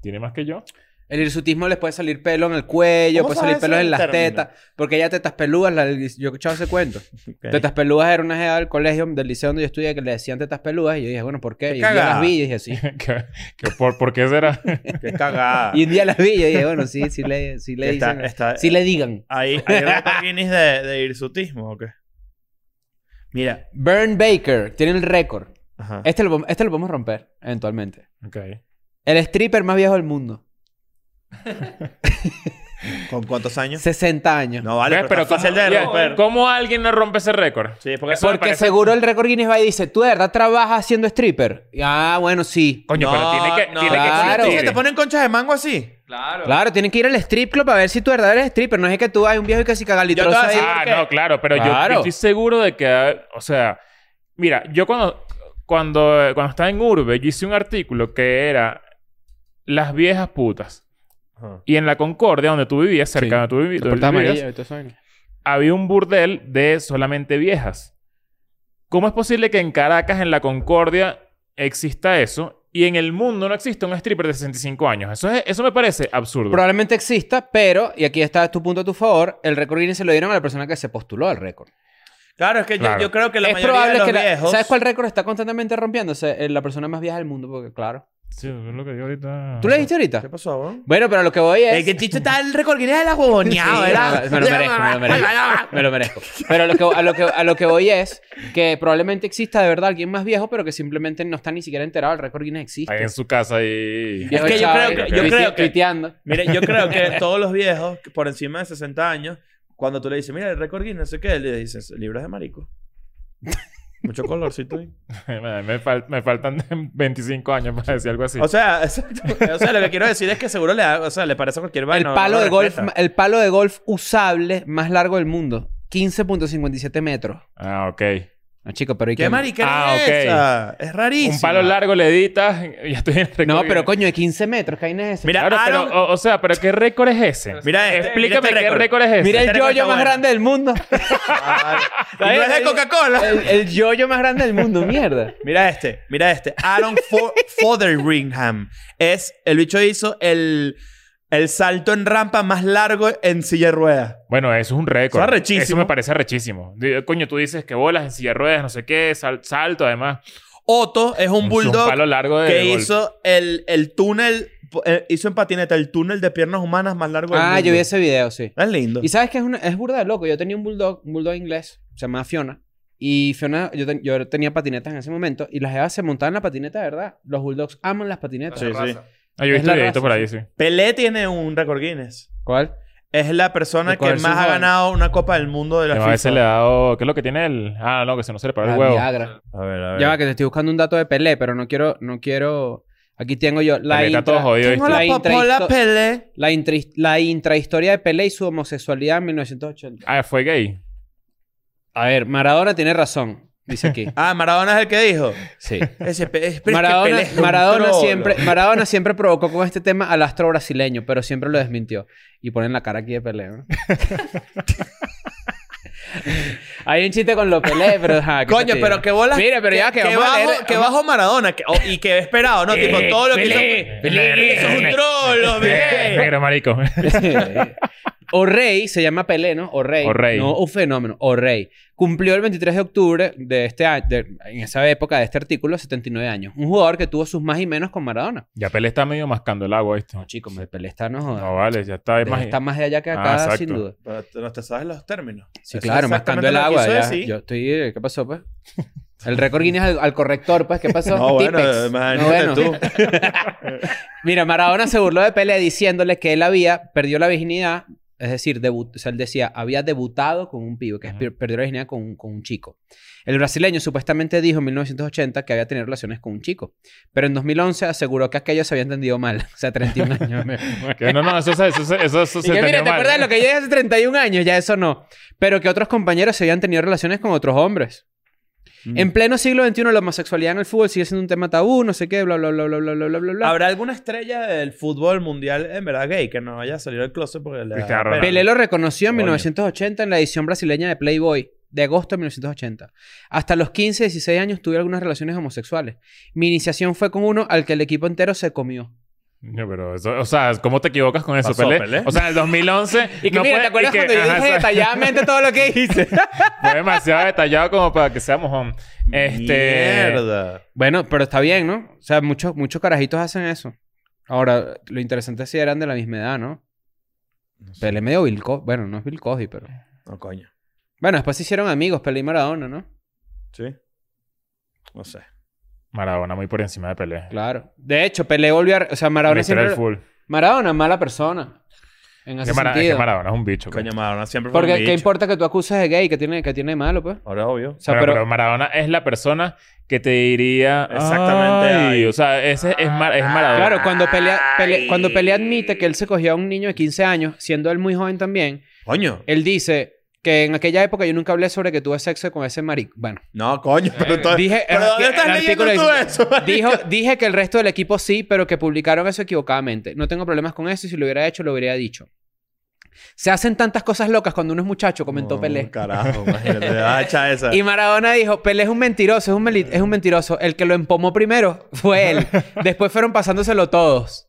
S3: ¿Tiene más que yo? [LAUGHS]
S1: El hirsutismo les puede salir pelo en el cuello,
S2: ¿Cómo
S1: puede salir
S2: sabes
S1: pelo
S2: ese
S1: en las
S2: término?
S1: tetas. Porque ella tetas peludas, la del- yo he escuchado ese cuento.
S2: Ok.
S1: Tetas peludas era una jeva del colegio, del liceo donde yo estudié, que le decían tetas peludas. Y yo dije, bueno, ¿por qué?
S2: Qué
S1: Y un día
S2: cagada.
S1: las vi y dije, sí.
S3: ¿Qué- qué- por, por qué será? [LAUGHS]
S2: Qué cagada.
S1: [LAUGHS] Y un día las vi y yo dije, bueno, sí, sí le, sí le
S2: Está- eh.
S1: dicen.
S2: está-
S1: Sí le digan.
S2: ¿Hay, hay récord Guinness de, de hirsutismo o qué? Mira.
S1: Burn Baker tiene el récord.
S2: Ajá.
S1: Este lo, vam- este lo podemos romper, eventualmente.
S3: ok.
S1: El stripper más viejo del mundo.
S2: ¿Con cuántos años?
S1: 60 años.
S2: No vale,
S3: ¿Ves?
S2: pero, es fácil de
S3: ya,
S2: romper.
S3: ¿Cómo alguien no rompe ese récord?
S2: Sí, porque
S3: Eso- me
S1: Porque
S3: parece-
S1: seguro el récord Guinness va y dice, ¿tú de verdad trabajas siendo stripper? Y, Ah, bueno, sí.
S3: Coño,
S2: No,
S3: pero tiene que,
S4: no,
S3: tiene que
S1: claro.
S2: ¿Tú
S3: existir.
S2: se te ponen conchas de mango así?
S4: Claro.
S1: Claro, tienen que ir al strip club para ver si tú de verdad eres stripper. No es que tú hay un viejo y que si
S2: Yo te
S1: cagalitroso
S2: voy a
S1: ahí.
S2: decir-
S3: Ah,
S2: porque-
S3: no, claro, pero yo-
S1: Claro.
S3: yo estoy seguro de que, ah, o sea, mira, yo cuando, cuando, cuando estaba en Urbe, yo hice un artículo que era Las viejas putas. Y en la Concordia, donde tú vivías, cerca
S1: Sí.
S3: de donde tú vivi- donde vivías, había un burdel de solamente viejas. ¿Cómo es posible que en Caracas, en la Concordia, exista eso y en el mundo no exista un stripper de 65 años? Eso, es- eso me parece absurdo.
S1: Probablemente exista, pero, y aquí está tu punto a tu favor, el récord Guinness se lo dieron a la persona que se postuló al récord.
S2: Claro, es que yo-
S3: Claro.
S2: Yo, creo que la
S1: es
S2: mayoría
S1: probable
S2: de los
S1: que la-
S2: viejos...
S1: ¿Sabes cuál récord está constantemente rompiéndose? Eh, La persona más vieja del mundo, porque claro.
S3: Sí, es lo que yo ahorita...
S1: ¿Tú le dijiste ahorita?
S2: ¿Qué pasó, weón?
S1: Bueno, pero lo que voy es...
S2: El que Chicho está el récord Guinness de la huevoneada,
S1: Sí,
S2: ¿verdad?
S1: me lo merezco, me lo merezco. Me lo merezco. Pero a lo, que, a, lo que, a lo que voy es que probablemente exista de verdad alguien más viejo, pero que simplemente no está ni siquiera enterado. El récord Guinness existe.
S3: Ahí en su casa y...
S1: Viejo
S2: Es que yo
S1: chavo,
S2: creo que-
S1: tuite-
S2: yo creo que-
S1: Tuiteando.
S2: Mire, yo creo que todos los viejos que por encima de 60 años, cuando tú le dices, mira, el récord Guinness, no sé qué, le dices, libras de marico. Mucho colorcito ahí.
S3: [LAUGHS] Me, me fal- me faltan 25 años para decir algo así.
S2: O sea, [LAUGHS] exacto. O sea, lo que quiero decir es que seguro le, da- o sea, le parece a cualquier
S1: el,
S2: vaina. no
S1: palo
S2: lo
S1: de golf,
S2: respeta.
S1: el palo de golf usable más largo del mundo. 15.57 metros.
S3: ah, ok.
S1: No, chico, pero... ¿y
S2: ¿Qué marica
S3: Ah,
S2: es
S3: ok.
S2: esa? Es rarísimo.
S3: Un palo largo le editas y [LAUGHS] ya estoy en récord
S1: No, pero
S3: Guinness.
S1: coño, de 15 metros. ¿Qué vaina es ese?
S2: Mira,
S3: Claro,
S2: Aaron-
S3: pero... O, o sea, ¿pero qué récord es ese?
S2: Mira este,
S3: Explícame
S2: mira este
S3: qué récord es ese.
S1: Mira el
S2: este récord está
S1: yoyo más
S2: bueno.
S1: grande del mundo.
S2: Ah, y no es de Coca-Cola.
S1: El, el yoyo más grande del mundo, mierda.
S2: [LAUGHS] Mira este, mira este. Aaron
S1: [LAUGHS]
S2: Fo- Fotheringham. Es, el bicho hizo el, el salto en rampa más largo en silla de ruedas.
S3: Bueno, eso es un récord.
S2: Eso es arrechísimo.
S3: Eso me parece rechísimo. Coño, tú dices que bolas en silla de ruedas, no sé qué, sal- salto además.
S2: Otto es un
S3: Un
S2: bulldog
S3: palo largo de
S2: que
S3: golf.
S2: hizo el, el túnel, eh, hizo en patineta el túnel de piernas humanas más largo del
S1: Ah,
S2: mundo.
S1: yo vi ese video, sí.
S2: Es lindo.
S1: Y sabes que es, una, es burda de loco. Yo tenía un bulldog, un bulldog inglés, se llamaba Fiona. Y Fiona, yo, ten- yo tenía patinetas en ese momento. Y las jevas se montaban en la patineta, de verdad. Los bulldogs aman las patinetas.
S2: Sí, sí.
S3: Ah, yo he
S1: es
S3: visto
S1: la
S3: videito
S1: raza,
S3: por ahí, sí.
S2: Pelé tiene un récord Guinness.
S1: ¿Cuál?
S2: Es la persona
S1: De
S2: que
S1: cogerse un
S2: más ha
S1: joven.
S2: ganado una Copa del Mundo de la
S3: Que
S2: FIFA.
S3: a veces le ha dado... ¿Qué es lo que tiene él? Ah, no, que se nos sale para el
S1: La
S3: huevo.
S1: Viagra.
S2: A ver, a ver.
S1: Ya va, que te estoy buscando un dato de Pelé, pero no quiero, no quiero... Aquí tengo yo la,
S3: Porque está todo
S1: intra,
S3: jodido.
S2: Tengo
S3: ¿viste?
S2: la
S1: La intra-
S2: popola Pelé.
S1: la, intri- la intrahistoria de Pelé y su homosexualidad en 1980.
S3: Ah, fue gay.
S1: A ver, Maradona tiene razón, dice
S3: [LAUGHS]
S1: aquí.
S2: Ah, Maradona es el que dijo.
S1: Sí.
S2: Ese pe- es- pero es que
S1: Maradona,
S2: Pelé es un
S1: Maradona,
S2: trolo.
S1: siempre, Maradona siempre provocó con este tema al astro brasileño, pero siempre lo desmintió. Y ponen la cara aquí de Pelé,
S2: [LAUGHS]
S1: ¿no? Hay un chiste con lo Pelé, pero... ajá, ¿qué
S2: Coño,
S1: fastidio.
S2: pero qué bolas.
S1: Mira, pero ya que, vamos Eh, a
S2: bajo,
S1: leer-
S2: que bajo Maradona. que- oh, y que
S1: [LAUGHS]
S2: esperado, ¿no? tipo, todo lo que hizo. Eso es un trolo, Pelé.
S3: [LAUGHS] Negro, marico.
S1: [LAUGHS] O'Reilly se llama Pelé, ¿no? O'Reilly.
S3: O'Reilly.
S1: No un fenómeno, O'Reilly. Cumplió el 23 de octubre de este año, de- en esa época de este artículo, 79 años. Un jugador que tuvo sus más y menos con Maradona.
S3: Ya Pelé está medio mascando el agua, ¿viste?
S1: No, chico, hombre, Pelé está no joda.
S3: No, vale, ya está.
S1: Pelé
S3: imagi- [LAUGHS]
S1: está más de allá que
S3: Ah,
S1: acá,
S3: exacto.
S1: sin duda.
S2: Pero tú no te sabes los términos.
S1: Sí,
S2: Eso
S1: claro,
S2: es
S1: mascando el
S2: exactamente lo
S1: agua.
S2: que
S1: ya.
S2: quiso decir.
S1: Yo estoy... eh, ¿Qué pasó,
S2: [LAUGHS]
S1: pues? El récord Guinness al, al corrector, pues. ¿Qué pasó?
S2: No, bueno, eh,
S1: Típex.
S2: imagínate
S1: No, bueno.
S2: tú.
S1: Mira, Maradona se burló de Pelé diciéndole que él había perdido la virginidad, es decir, debu- o sea, él decía, había debutado con un pibe, que es
S3: Ajá.
S1: per- perdió la virginidad con un, con un chico. El brasileño supuestamente dijo en 1980 que había tenido relaciones con un chico, pero en 2011 aseguró que aquello se había entendido mal, [LAUGHS] o sea,
S2: [LAUGHS]
S1: 31 años. me-
S3: Que no, no, eso, se- eso, se- eso,
S1: [LAUGHS]
S3: eso
S1: Y
S3: se
S1: que, mira,
S3: entendió
S1: ¿te
S3: mal.
S1: acuerdas de lo que yo dije hace 31 años? Ya eso no. Pero que otros compañeros se habían tenido relaciones con otros hombres. [LAUGHS]
S2: Mm.
S1: En pleno siglo XXI, la homosexualidad en el fútbol sigue siendo un tema tabú, no sé qué, bla, bla, bla, bla, bla, bla, bla, bla, bla.
S2: ¿Habrá alguna estrella del fútbol mundial en verdad gay que no vaya a salir del closet porque le
S3: Cristiano
S2: da pena?
S3: Ronaldo.
S1: Pelé lo reconoció en
S2: Coño.
S1: 1980 en la edición brasileña de Playboy de agosto de 1980. Hasta los 15, 16 años tuve algunas relaciones homosexuales. Mi iniciación fue con uno al que el equipo entero se comió.
S3: No, pero eso, o sea, ¿cómo te equivocas con eso,
S2: Pasó,
S3: Pelé?
S2: Pelé.
S3: O sea, en el 2011...
S1: [LAUGHS] Y que
S3: no
S1: mira,
S3: puede-
S1: ¿te acuerdas
S3: y que-
S1: cuando yo
S3: ajá,
S1: dije
S3: o sea,
S1: detalladamente todo lo que hice? [LAUGHS]
S3: Fue demasiado detallado como para que seamos home. Este...
S2: Mierda.
S1: bueno, pero está bien, ¿no? O sea, muchos, muchos carajitos hacen eso. Ahora, lo interesante es si eran de la misma edad, ¿no? Pelé medio Bill Co- Bueno, no es Bill Cosby, pero...
S2: No, coño.
S1: Bueno, después se hicieron amigos, Pelé y Maradona, ¿no?
S2: ¿Sí? No sé.
S3: Maradona muy por encima de Pelé.
S1: Claro. De hecho, Pelé volvió a... O sea,
S3: Ahora
S1: Maradona siempre...
S3: el full.
S1: Maradona es mala persona. En
S3: Es
S1: ese
S3: que Mara- es que
S1: sentido.
S3: Maradona es un bicho. pues.
S2: Coño, Maradona siempre fue
S1: Porque
S2: un
S1: ¿qué
S2: bicho.
S1: importa que tú acuses de gay? que tiene, que tiene de malo, pues? O
S2: Ahora es obvio.
S1: sea,
S3: Pero-
S1: pero...
S3: pero, Maradona es la persona que te diría...
S2: Exactamente, Ah,
S3: "Ay",
S2: ay.
S3: O sea, ese es, Mar- es Maradona.
S1: Claro, cuando pelea,
S2: Ay.
S1: cuando Pelé admite que él se cogió a un niño de 15 años, siendo él muy joven también,
S2: Coño.
S1: él dice que en aquella época yo nunca hablé sobre que tuve sexo con ese marico. Bueno,
S2: No, coño. [LAUGHS] Pero, entonces-
S1: dije...
S2: ¿pero
S1: eh,
S2: ¿dónde
S1: que el
S2: estás leyendo
S1: artículo
S2: tú
S1: dice-
S2: eso? [LAUGHS] marico?
S1: Dijo, dije que el resto del equipo sí, pero que publicaron eso equivocadamente. No tengo problemas con eso y si lo hubiera hecho, lo hubiera dicho. Se hacen tantas cosas locas cuando uno es muchacho, comentó
S2: No,
S1: Pelé. [LAUGHS]
S2: Carajo, imagínate. ah, echa esa.
S1: Y Maradona dijo, Pelé es un mentiroso, es un, meli- es un mentiroso. El que lo empomó primero [LAUGHS] fue él. Después fueron pasándoselo todos.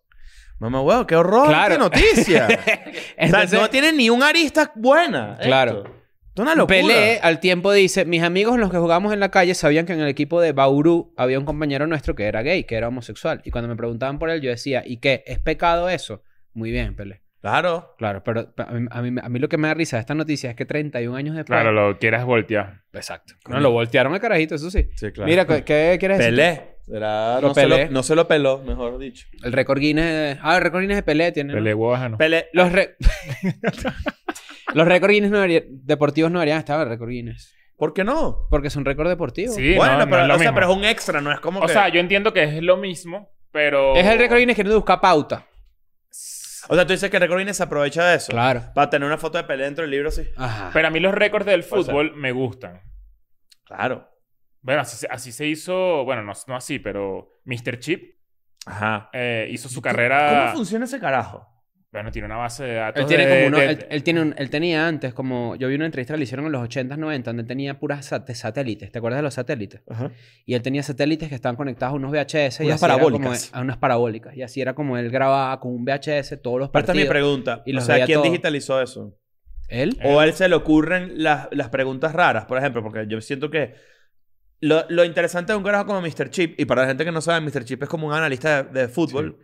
S2: Mamá, huevo, qué horror.
S1: Claro. [LAUGHS]
S2: Qué noticia. o
S1: Entonces,
S2: sea, no tiene ni un arista buena.
S1: Claro.
S2: esto. Es una locura.
S1: Pelé al tiempo dice, mis amigos los que jugamos en la calle sabían que en el equipo de Bauru había un compañero nuestro que era gay, que era homosexual. Y cuando me preguntaban por él, yo decía, ¿y qué? ¿Es pecado eso? Muy bien, Pelé.
S2: Claro.
S1: Claro, pero a mí, a mí- a mí lo que me da risa de esta noticia es que 31 años después...
S3: Claro, lo quieras voltear.
S1: Exacto. No, lo voltearon al carajito, eso sí.
S2: Sí, claro.
S1: Mira, ¿qué- ¿qué quieres decir?
S2: Pelé. Será-
S1: Lo
S2: no, se
S1: Pelé.
S2: lo, no se lo peló, mejor dicho.
S1: El récord Guinness... de- Ah, el récord Guinness de Pelé tiene... ¿no?
S3: Pelé Guajano.
S2: Pelé.
S1: Los, re- [LAUGHS] los récord Guinness no debería- deportivos no deberían estar en el récord Guinness.
S2: ¿Por qué no?
S1: Porque son récord deportivos.
S3: Sí, no,
S2: bueno,
S3: no
S2: pero,
S3: es lo
S2: o sea,
S3: mismo.
S2: pero es un extra, no es como
S3: O
S2: que...
S3: sea, yo entiendo que es lo mismo, pero...
S1: Es el récord Guinness que no busca pauta.
S2: o sea, tú dices que Record Guinness se aprovecha de eso.
S1: Claro.
S2: Para tener una foto de Pelé dentro del libro, sí.
S1: Ajá.
S3: Pero a mí los récords del
S2: sea-
S3: fútbol me gustan.
S2: Claro.
S3: Bueno, así, se- así se hizo... Bueno, no, no así, pero Mr. Chip
S2: Ajá.
S3: eh, hizo su
S2: ¿Cómo
S3: carrera...
S2: funciona ese carajo?
S3: Bueno, tiene una base de datos
S1: Él tiene
S3: de-
S1: como uno,
S3: de-
S1: él, él tiene un- él tenía antes como yo vi una entrevista que le hicieron en los 80s, 90 donde él tenía puras sat- satélites, ¿te acuerdas de los satélites?
S2: Ajá.
S1: Y él tenía satélites que estaban conectados a unos VHS y así
S2: Unas
S1: era como- e,
S2: parabólicas.
S1: a unas parabólicas y así era como él grababa con un VHS todos los
S2: Pero esta es mi
S1: partidos.
S2: pregunta.
S1: Y
S2: o
S1: los
S2: sea,
S1: veía
S2: ¿quién
S1: todos.
S2: digitalizó eso?
S1: Él
S2: O a él se le ocurren las, las preguntas raras, por ejemplo, porque yo siento que lo, lo interesante de un carajo como Mr. Chip, y para la gente que no sabe, Mr. Chip es como un analista de, de fútbol.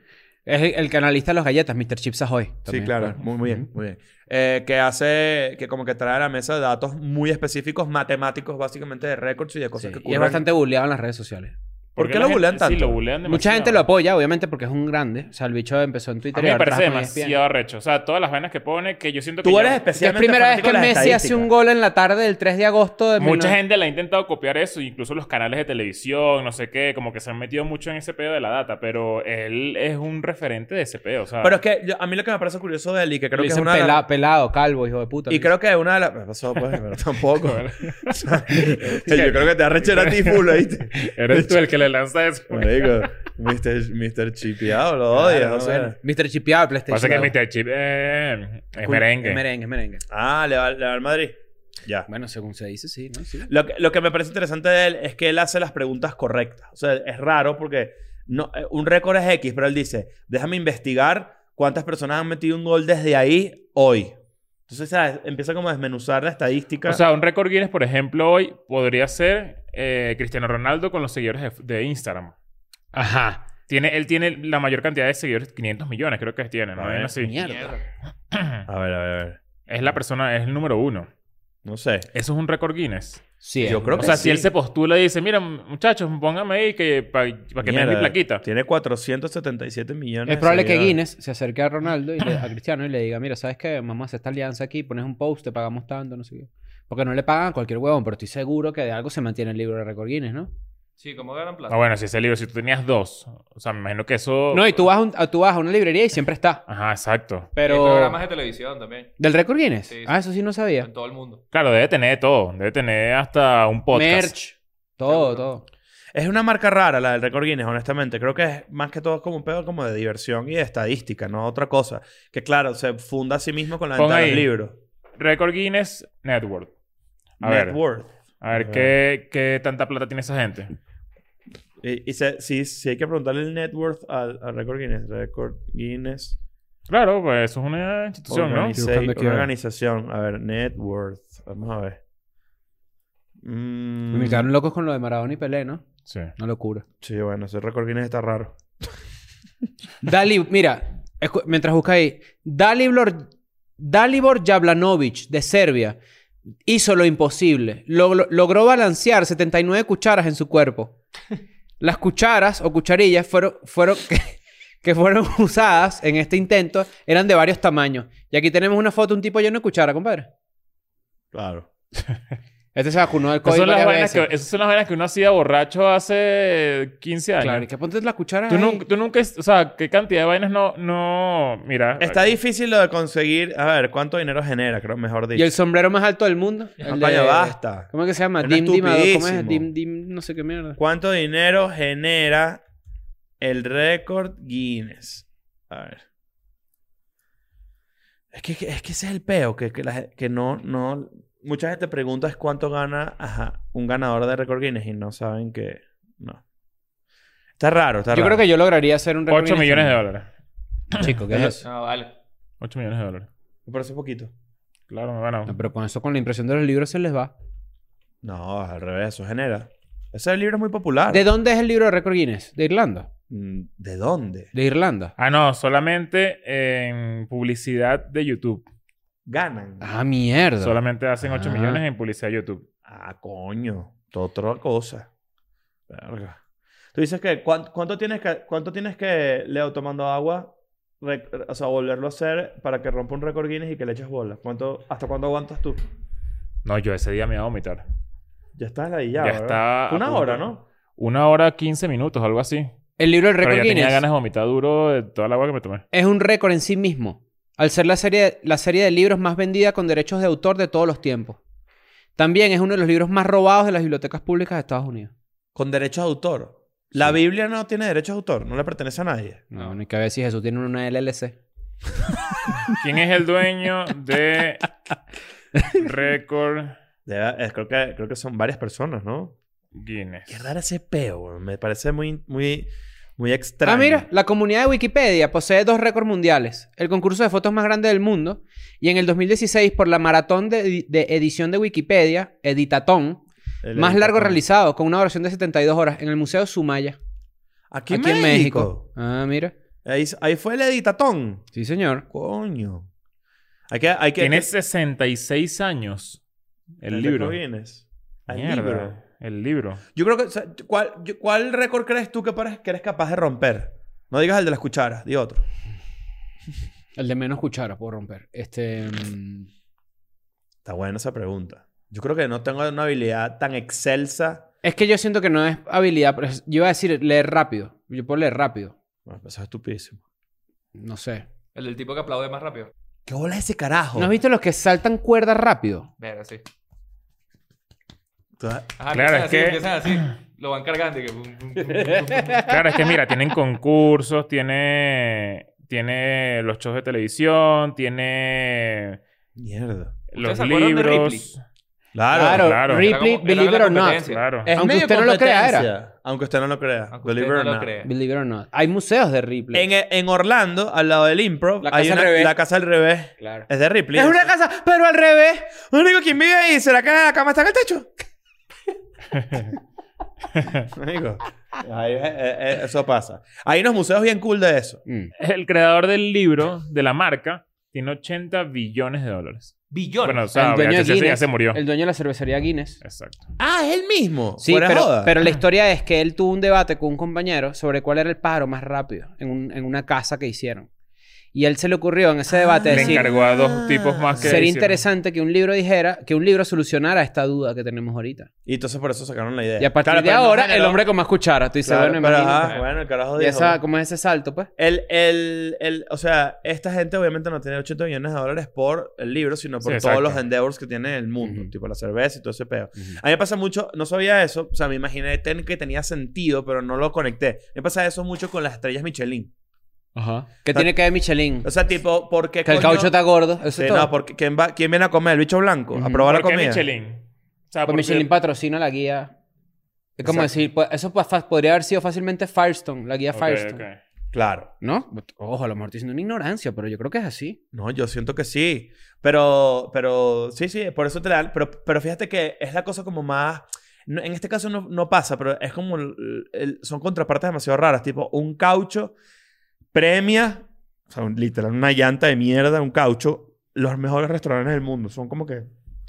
S1: es el, el canalista de los galletas, Mr. Chips Ahoy. también.
S2: Muy, muy bien, muy bien. Eh, que hace, que como que trae a la mesa datos muy específicos, matemáticos, básicamente de récords y de
S1: Sí,
S2: cosas que
S1: Y es
S2: ocurren.
S1: bastante bulleado en las redes sociales.
S2: ¿Por qué
S3: la
S2: lo
S3: gente-
S2: bulean
S3: Sí,
S2: tanto?
S3: lo bulean
S1: Mucha
S3: demasiado.
S1: gente lo apoya, obviamente, porque es un grande. O sea, el bicho empezó en E
S3: A
S1: Twitter.
S3: mí
S1: y
S3: me
S1: ahora
S3: parece
S1: trabaja con ESPN.
S3: demasiado arrecho. O sea, todas las vainas que pone que yo siento que...
S2: Tú
S3: ya-
S2: eres
S1: Que es
S2: especialmente
S1: primera vez que
S2: fanático de las
S1: Messi hace
S2: estadísticas.
S1: un gol en la tarde del 3 de agosto de
S3: Mucha
S1: 19
S3: gente le ha intentado copiar eso, incluso los canales de televisión, no sé qué, como que se han metido mucho en ese pedo de la data, pero él es un referente de ese pedo, o sea, [LAUGHS]
S2: Pero es que yo- a mí lo que me parece curioso de él y que creo
S1: Le
S2: que es
S1: dicen
S2: una de las-
S1: pela- pelado, calvo, hijo de puta.
S2: Y creo que una de las... Me pasó, pues, pero tampoco.
S1: [LAUGHS]
S2: O sea, yo creo que te arrechera a ti full,
S1: [LAUGHS]
S2: ¿oíste?
S3: eres tú el que le lanza eso.
S2: Marico, Mr. Mr. Chipeado, lo odias,
S1: Claro,
S2: o sea.
S1: bueno. Mr. Chipeado, PlayStation.
S3: Pasa que
S1: Claro.
S3: Mr. Chip eh, es
S1: Cool.
S3: merengue.
S1: Es merengue, es merengue.
S2: Ah, le va, le va al Madrid. Ya.
S1: Bueno, según se dice, sí, ¿no? Sí.
S2: Lo que, lo que me parece interesante de él es que él hace las preguntas correctas. O sea, es raro porque no, eh, un récord es X, pero él dice, déjame investigar cuántas personas han metido un gol desde ahí hoy. Entonces, ¿sabes? empieza como a desmenuzar la estadística.
S3: O sea, un récord Guinness, por ejemplo, hoy podría ser eh, Cristiano Ronaldo con los seguidores de, de Instagram.
S1: Ajá.
S3: Tiene, él tiene la mayor cantidad de seguidores, 500 millones creo que tiene,
S2: A
S3: ¿no?
S2: ver.
S3: Es así.
S1: Ah, Mierda.
S2: a ver, a ver, a ver.
S3: [CLEARS THROAT] Es la persona, es el número uno.
S2: No sé.
S3: Eso es un récord Guinness.
S1: Sí.
S2: Yo
S1: es-
S2: creo
S3: O
S2: que
S3: sea,
S2: sí.
S3: si él se postula y dice, mira, muchachos, póngame ahí que, para que me den mi
S2: Mierda,
S3: plaquita.
S2: Tiene 477 millones.
S1: Es
S2: de
S1: probable que
S2: seguidores.
S1: Guinness se acerque a Ronaldo y le- a Cristiano y le diga, mira, ¿sabes qué? Mamá, hace esta alianza aquí, pones un post, te pagamos tanto, no sé qué. Porque no le pagan a cualquier huevón, pero estoy seguro que de algo se mantiene el libro de récord Guinness, ¿no?
S4: Sí, ¿cómo ganan plata?
S3: Ah, bueno, si ese libro, si tú tenías dos. O sea, me imagino que eso...
S1: No, y tú vas, a un- a, tú vas a una librería y siempre está.
S3: Ajá, exacto.
S4: Hay
S1: Pero...
S4: programas de televisión también.
S1: ¿Del récord Guinness?
S4: Sí, sí.
S1: Ah, eso sí no sabía.
S4: En todo el mundo.
S3: Claro, debe tener de todo. Debe tener hasta un podcast.
S1: Merch. Todo,
S4: Seguro.
S1: todo.
S2: Es una marca rara la del récord Guinness, honestamente. Creo que es más que todo como un pedo como de diversión y de estadística, no otra cosa. Que claro, se funda a sí mismo con la
S3: Pon
S2: venta de los
S3: ahí.
S2: libros.
S3: Record Guinness Network. A
S2: Net
S3: ver,
S2: worth.
S3: a ver
S2: Ajá.
S3: ¿qué, qué tanta plata tiene esa gente.
S2: Y, y se- si, si hay que preguntarle el net worth al, al Record Guinness. Record Guinness.
S3: Claro, pues eso es una institución, ¿no?
S2: organiza-
S1: Estoy buscando aquí,
S2: una
S1: a ver.
S2: organización. A ver, net worth. Vamos a ver. Mm,
S1: Me quedaron locos con lo de Maradona y Pelé, ¿no?
S3: Sí.
S1: Una locura.
S2: sí, bueno, ese Record Guinness está raro.
S1: Dali, mira, escu- mientras busca ahí. Dalibor, Dalibor Jablanovic, de Serbia, hizo lo imposible. Logro- logró balancear 79 cucharas en su cuerpo. Las cucharas o cucharillas fueron, fueron [LAUGHS] que, que fueron usadas en este intento eran de varios tamaños. Y aquí tenemos una foto de un tipo lleno de cuchara, compadre.
S2: Claro.
S1: Este se vacunó del
S3: Esas
S1: COVID
S3: son, las
S1: varias
S3: vainas que,
S1: veces.
S3: esas son las vainas que uno hacía borracho hace 15 años.
S1: Claro, y que ponte la cuchara
S3: Tú
S1: ahí.
S3: nunca, tú nunca, o sea, ¿qué cantidad de vainas no, no, mira?
S2: Está difícil lo de conseguir. A ver, ¿cuánto dinero genera? Creo, mejor
S1: Y
S2: dicho.
S1: el sombrero más alto del mundo. el
S2: Campaña,
S1: de-
S2: basta.
S1: ¿Cómo es que se llama?
S2: Era
S1: Dim Dim Ado- ¿Cómo es?
S2: estupidísimo.
S1: Dim Dim no sé qué mierda.
S2: ¿Cuánto dinero genera el récord Guinness? A ver. Es que, es que ese es el peo, que, que, la gen- que no, no... Mucha gente pregunta es cuánto gana ajá, un ganador de récord Guinness y no saben que... No. Está raro, está
S1: Yo
S2: raro.
S1: creo que yo lograría hacer un
S3: 8 millones de dólares.
S1: dólares. Chico, ¿qué es eso?
S4: No, Ah, vale.
S3: 8 millones de dólares.
S2: Me parece poquito.
S3: Claro, me van a...
S1: No, Ah, pero con eso, con la impresión de los libros se les va.
S2: No, al revés, eso genera. Ese libro es muy popular.
S1: ¿De dónde es el libro de récord Guinness? ¿De Irlanda?
S2: Mm, ¿De dónde?
S1: ¿De Irlanda?
S3: Ah, no, solamente en publicidad de YouTube.
S2: Ganan.
S1: Ah, mierda.
S3: Solamente hacen 8
S1: Ah.
S3: millones en publicidad de YouTube.
S2: Ah, coño. Todo otra cosa. Verga. Tú dices que ¿cuán- ¿cuánto, tienes que cuánto tienes que Leo tomando agua, re- o sea, volverlo a hacer para que rompa un récord Guinness y que le eches bola. ¿Cuánto, hasta cuándo aguantas tú?
S3: No, yo ese día me iba a vomitar.
S2: Ya estás ahí ya.
S3: Ya
S2: ¿verdad?
S3: está
S2: Fue
S3: a
S2: Una
S3: punto.
S2: hora, ¿no?
S3: Una hora 15 minutos, algo así.
S1: El libro del
S3: Pero
S1: récord
S3: ya
S1: Guinness
S3: tenía ganas de vomitar duro de toda la agua que me tomé.
S1: es un récord en sí mismo. Al ser la serie, la serie de libros más vendida con derechos de autor de todos los tiempos. También es uno de los libros más robados de las bibliotecas públicas de Estados Unidos.
S2: Con derechos de autor. La Biblia no tiene derechos de autor, no le pertenece a nadie.
S3: Ah.
S1: No, ni que ver si Jesús tiene una LLC.
S3: ¿Quién es el dueño de Record
S2: Debe- es- creo, que, creo que son varias personas, ¿no?
S3: Guinness?
S2: Qué raro ese peo, weón. me parece muy, muy, muy extraño.
S1: Ah, mira, la comunidad de Wikipedia posee dos récords mundiales. El concurso de fotos más grande del mundo y en el 2016 por la maratón de, de edición de Wikipedia, Editatón,
S2: El-
S1: más
S2: el-
S1: largo realizado, con una duración de 72 horas en el Museo Sumaya,
S2: Aquí,
S1: aquí en
S2: México.
S1: México. Ah, mira.
S2: Ahí, ahí fue el editatón.
S1: Sí, señor.
S2: Coño. Hay que, hay que,
S3: Tiene 66 años el libro.
S2: Guinness. El
S3: Mierda,
S2: libro.
S3: El libro.
S2: Yo creo que... o sea, ¿cuál, yo- ¿Cuál récord crees tú que, pare- que eres capaz de romper? No digas el de las cucharas. Di otro.
S1: El de menos cuchara, puedo romper. Este. mm,
S2: Está buena esa pregunta. Yo creo que no tengo una habilidad tan excelsa.
S1: Es que yo siento que no es habilidad. pero es- Yo iba a decir leer rápido. Yo puedo leer rápido.
S2: Bueno, eso es estupidísimo.
S1: No sé.
S4: El del tipo que aplaude más rápido.
S2: ¿Qué bola es ese carajo?
S1: ¿No has visto los que saltan cuerdas rápido?
S4: Verga, sí.
S2: Tú-
S4: Ajá,
S3: Claro,
S4: empiezan
S3: es
S4: así,
S3: que-
S4: empiezan así. Lo van cargando y que... pum, pum, pum, pum,
S3: [LAUGHS]
S4: pum.
S3: Claro, es que mira, tienen concursos, tiene, tiene los shows de televisión, tiene
S2: Mierda.
S3: los
S4: se acuerdan de
S3: libros.
S2: Claro.
S1: Claro,
S3: claro.
S1: Ripley,
S4: Era como- era
S1: believe it
S4: la
S1: or not.
S4: competencia.
S3: Claro.
S1: Eh, Aunque
S2: medio
S1: usted no lo crea, era.
S2: competencia. Aunque usted no lo crea.
S4: Aunque
S2: Believe
S4: usted
S2: it
S4: no
S2: or
S4: lo
S2: not.
S4: crea.
S1: Believe it or not. Hay museos de Ripley.
S2: En, en Orlando, al lado del Impro,
S1: La
S2: hay
S1: casa al
S2: una,
S1: revés.
S2: la casa al revés.
S1: Claro.
S2: Es de Ripley.
S1: Es una
S2: eso.
S1: casa, pero al revés.
S2: Lo único quien vive ahí, ¿será que la cama está en el techo? [LAUGHS] Amigo, ahí, eh, eh, eso pasa. Hay unos museos bien cool de eso.
S1: Mm.
S3: El creador del libro, de la marca, tiene 80 billones de dólares.
S4: Billones.
S3: Bueno, o sea,
S1: el dueño de
S3: obviamente, ese ya
S1: Guinness.
S3: se murió. Eh,
S1: El dueño de la cervecería Guinness.
S3: Exacto.
S2: Ah, es el mismo.
S1: Sí,
S2: Fuera de
S1: pero,
S2: joda.
S1: pero la historia es que él tuvo un debate con un compañero sobre cuál era el pájaro más rápido en, un- en una casa que hicieron. Y él se le ocurrió en ese debate
S2: Ah.
S3: Le
S1: decir,
S3: encargó a dos tipos más que.
S1: sería
S3: hicieron.
S1: interesante que un libro dijera, que un libro solucionara esta duda que tenemos ahorita.
S2: Y entonces por eso sacaron la idea.
S1: Y a partir
S2: Claro,
S1: de
S2: pero no
S1: ahora, el
S2: generó-
S1: hombre con más cuchara. Tú dices,
S2: Claro,
S1: bueno,
S2: pero, ah,
S1: imagínate.
S2: ajá, bueno, el carajo
S1: Y
S2: dijo.
S1: esa, ¿cómo es ese salto, pues?
S2: El, el, el, o sea, esta gente obviamente no tiene 80 millones de dólares por el libro, sino por
S3: Sí,
S2: todos
S3: exacto.
S2: los endeavors que tiene el mundo,
S1: Ujú.
S2: tipo la cerveza y todo ese pedo. A mí me pasa mucho, no sabía eso, o sea, me imaginé ten- que tenía sentido, pero no lo conecté. Me pasa eso mucho con las estrellas Michelin.
S1: Ajá. ¿Qué
S2: Ta-
S1: tiene que ver Michelin?
S2: O sea, tipo, ¿por qué
S1: que el
S2: coño-
S1: caucho está gordo. Eso
S2: Sí,
S1: es todo.
S2: no, porque ¿quién, va, ¿quién viene a comer? ¿El bicho blanco?
S1: Ujú.
S2: ¿A probar la
S3: Ah, ¿Por qué
S2: comida?
S3: Michelin? O
S1: Pues
S3: sea, porque-
S1: Michelin patrocina la guía. Es como
S2: Exacto.
S1: decir, pues, eso pues, fa- podría haber sido fácilmente Firestone, la guía
S3: Ok,
S1: Firestone.
S3: ok.
S2: Claro.
S1: ¿No? Ojo, a lo mejor estoy diciendo una ignorancia, pero yo creo que es así.
S2: No, yo siento que sí. Pero, pero, sí, sí, por eso te dan. Pero, pero fíjate que es la cosa como más. no- en este caso no, no pasa, pero es como. el- el- son contrapartes demasiado raras. Tipo, un caucho premia. O sea, un- literal, una llanta de mierda, un caucho. Los mejores restaurantes del mundo. Son como que.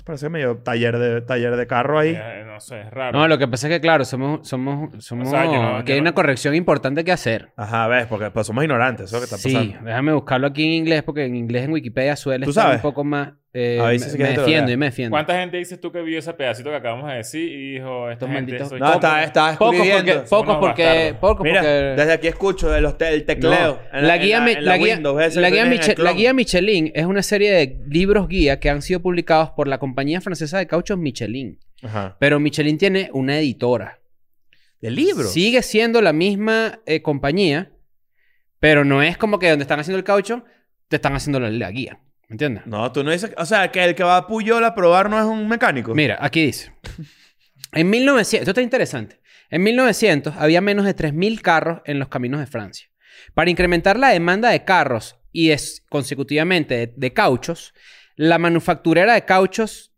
S2: Parece medio taller de, taller de carro ahí.
S3: Eh, No sé, es raro.
S1: No, lo que pasa es que, claro, somos. somos, somos
S3: O sea, yo no-
S1: aquí
S3: yo
S1: hay
S3: no-
S1: una corrección importante que hacer.
S2: Ajá, ves, porque pues, somos ignorantes. Eso es lo que está
S1: Sí,
S2: pasando.
S1: déjame buscarlo aquí en inglés porque en inglés en Wikipedia suele
S2: ¿Tú
S1: estar
S2: sabes?
S1: un poco más. eh,
S2: A
S1: me,
S2: veces sí que
S1: me
S2: te lo
S1: defiendo,
S2: lea.
S1: yo me defiendo.
S3: ¿Cuánta gente dices tú que vio ese pedacito que acabamos de decir y dijo,
S1: Estos
S3: estos malditos...
S1: malditos-
S3: Soy
S2: No,
S3: tonto"?
S2: está, está
S1: Pocos
S2: escribiendo.
S1: porque, pocos
S3: unos
S1: porque,
S3: bastardos.
S1: pocos
S2: Mira,
S1: porque-
S2: desde aquí escucho el, hostel- el tecleo.
S1: No.
S2: en
S1: La
S2: en
S1: guía Mi-
S2: en
S1: la guía-
S2: Windows, esa
S1: la
S2: que
S1: guía
S2: tienes en
S1: Miche-
S2: el
S1: la
S2: clon.
S1: guía Michelin es una serie de libros guía que han sido publicados por la compañía francesa de cauchos Michelin.
S2: Ajá.
S1: Pero Michelin tiene una editora.
S2: ¿De libro?
S1: Sigue siendo la misma eh, compañía, pero no es como que donde están haciendo el caucho, te están haciendo la, la guía. ¿Me entiendes?
S2: No, tú no dices... O sea, que el que va a Puyol a probar no es un mecánico.
S1: Mira, aquí dice. En 1900, esto está interesante. En 1900 había menos de 3.000 carros en los caminos de Francia. Para incrementar la demanda de carros y es- consecutivamente de, de cauchos, la manufacturera de cauchos,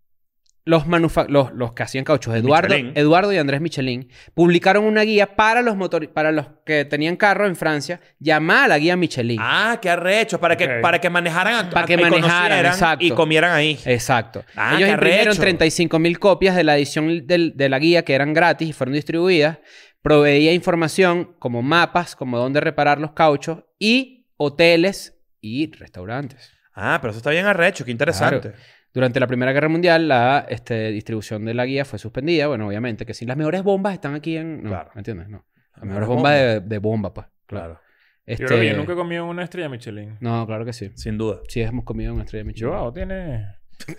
S1: los, manufa- los, los que hacían cauchos, Eduardo,
S2: Michelin.
S1: Eduardo y Andrés Michelin, publicaron una guía para los, motor, para los que tenían carros en Francia, llamada la guía Michelin.
S2: Ah, qué arrecho. Para que,
S3: Ok.
S2: para que manejaran...
S1: Para que
S2: y
S1: manejaran,
S2: conocieran
S1: exacto.
S2: Y comieran ahí.
S1: Exacto.
S2: Ah,
S1: Ellos
S2: qué
S1: imprimieron
S2: arrecho.
S1: 35.000 copias de la edición del- de la guía que eran gratis y fueron distribuidas. Proveía información como mapas, como dónde reparar los cauchos y hoteles y restaurantes.
S2: Ah, pero eso está bien arrecho. Qué interesante.
S1: Durante la Primera Guerra Mundial, la este, distribución de la guía fue suspendida. Bueno, obviamente que sí. Las mejores bombas están aquí en... No,
S2: Claro.
S1: ¿Me entiendes? No. Las mejores
S2: Las mejores
S1: bombas de, de bomba, pues.
S2: Claro.
S1: Este,
S3: Yo creo que yo nunca he comido una estrella Michelin.
S1: No, claro que sí.
S2: Sin duda.
S1: Sí, hemos comido una estrella de Michelin.
S3: Yo, ah, tiene... [LAUGHS]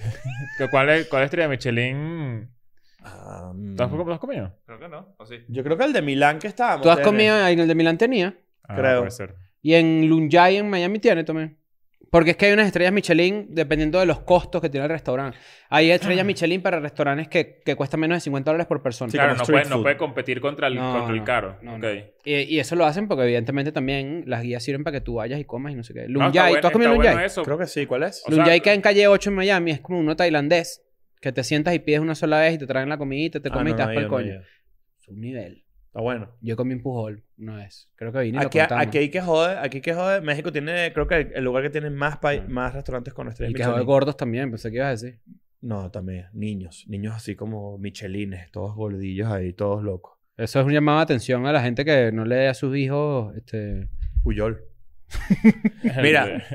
S3: ¿Que ¿Cuál, es- ¿Cuál estrella Michelin?
S2: Ah, mm.
S3: ¿Tú has, tú has comido?
S4: Creo que no, o sí.
S2: Yo creo que el de Milán que estábamos...
S1: Tú has
S2: tiene-
S1: comido en el de Milán tenía.
S3: Ah,
S2: Creo.
S3: puede ser.
S1: Y en Lunjai, en Miami, tiene también. Porque es que hay unas estrellas Michelin dependiendo de los costos que tiene el restaurante. Hay estrellas Michelin para restaurantes que, que cuestan menos de 50 dólares por persona.
S2: Sí,
S3: Ah. claro,
S2: como
S3: no
S2: street
S3: puede, no
S2: food.
S3: puede competir contra el,
S1: No,
S3: contra el
S1: no,
S3: caro.
S1: no,
S3: Ok.
S1: no. Y, y eso lo hacen porque evidentemente también las guías sirven para que tú vayas y comas y no sé qué.
S3: No, está
S1: Lunjai,
S3: bueno-
S1: ¿tú has comido
S3: está
S1: Lunjai?
S3: bueno eso.
S2: Creo que sí. ¿Cuál es?
S3: O sea,
S1: Lunjai que en calle 8 en Miami es como uno tailandés que te sientas y pides una sola vez y te traen la comidita, te
S2: Ah,
S1: comes
S2: no,
S1: y te das
S2: no,
S1: para el
S2: yo no,
S1: coño.
S2: yo.
S1: Es un nivel.
S2: Está bueno.
S1: Yo comí un pujol una vez. Creo que vine y lo
S2: Aquí,
S1: contamos.
S2: aquí hay que joder, aquí hay que joder. México tiene, creo que el, el lugar que tiene más, pa- más restaurantes con estrellas
S1: Y que joder,
S2: Michelin.
S1: gordos también, pensé que ibas a decir.
S2: No, también. Niños. Niños así como michelines, todos gordillos ahí, todos locos.
S1: Eso es un llamado de atención a la gente que no le dé a sus hijos este,
S2: Puyol.
S3: [LAUGHS]
S2: Mira.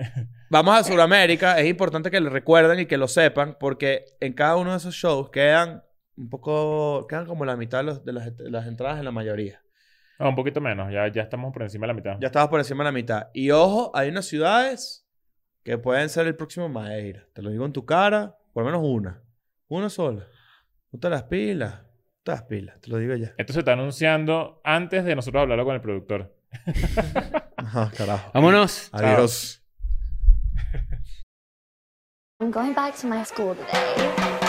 S2: Vamos a Sudamérica. Es importante que lo recuerden y que lo sepan porque en cada uno de esos shows quedan un poco... Quedan como la mitad de, los- de las, de las entradas en la mayoría.
S3: No, Ah, un poquito menos. Ya, ya estamos por encima de la mitad.
S2: Ya estabas por encima de la mitad. Y ojo, hay unas ciudades que pueden ser el próximo Madeira. Te lo digo en tu cara. Por lo menos una. Una sola. Ponte las pilas. Ponte las pilas. Te lo digo ya. [LAUGHS]
S3: Esto se está anunciando antes de nosotros hablarlo con el productor.
S2: Ajá, Ah, carajo.
S1: Vámonos.
S2: Adiós.
S5: I'm going back to my school today.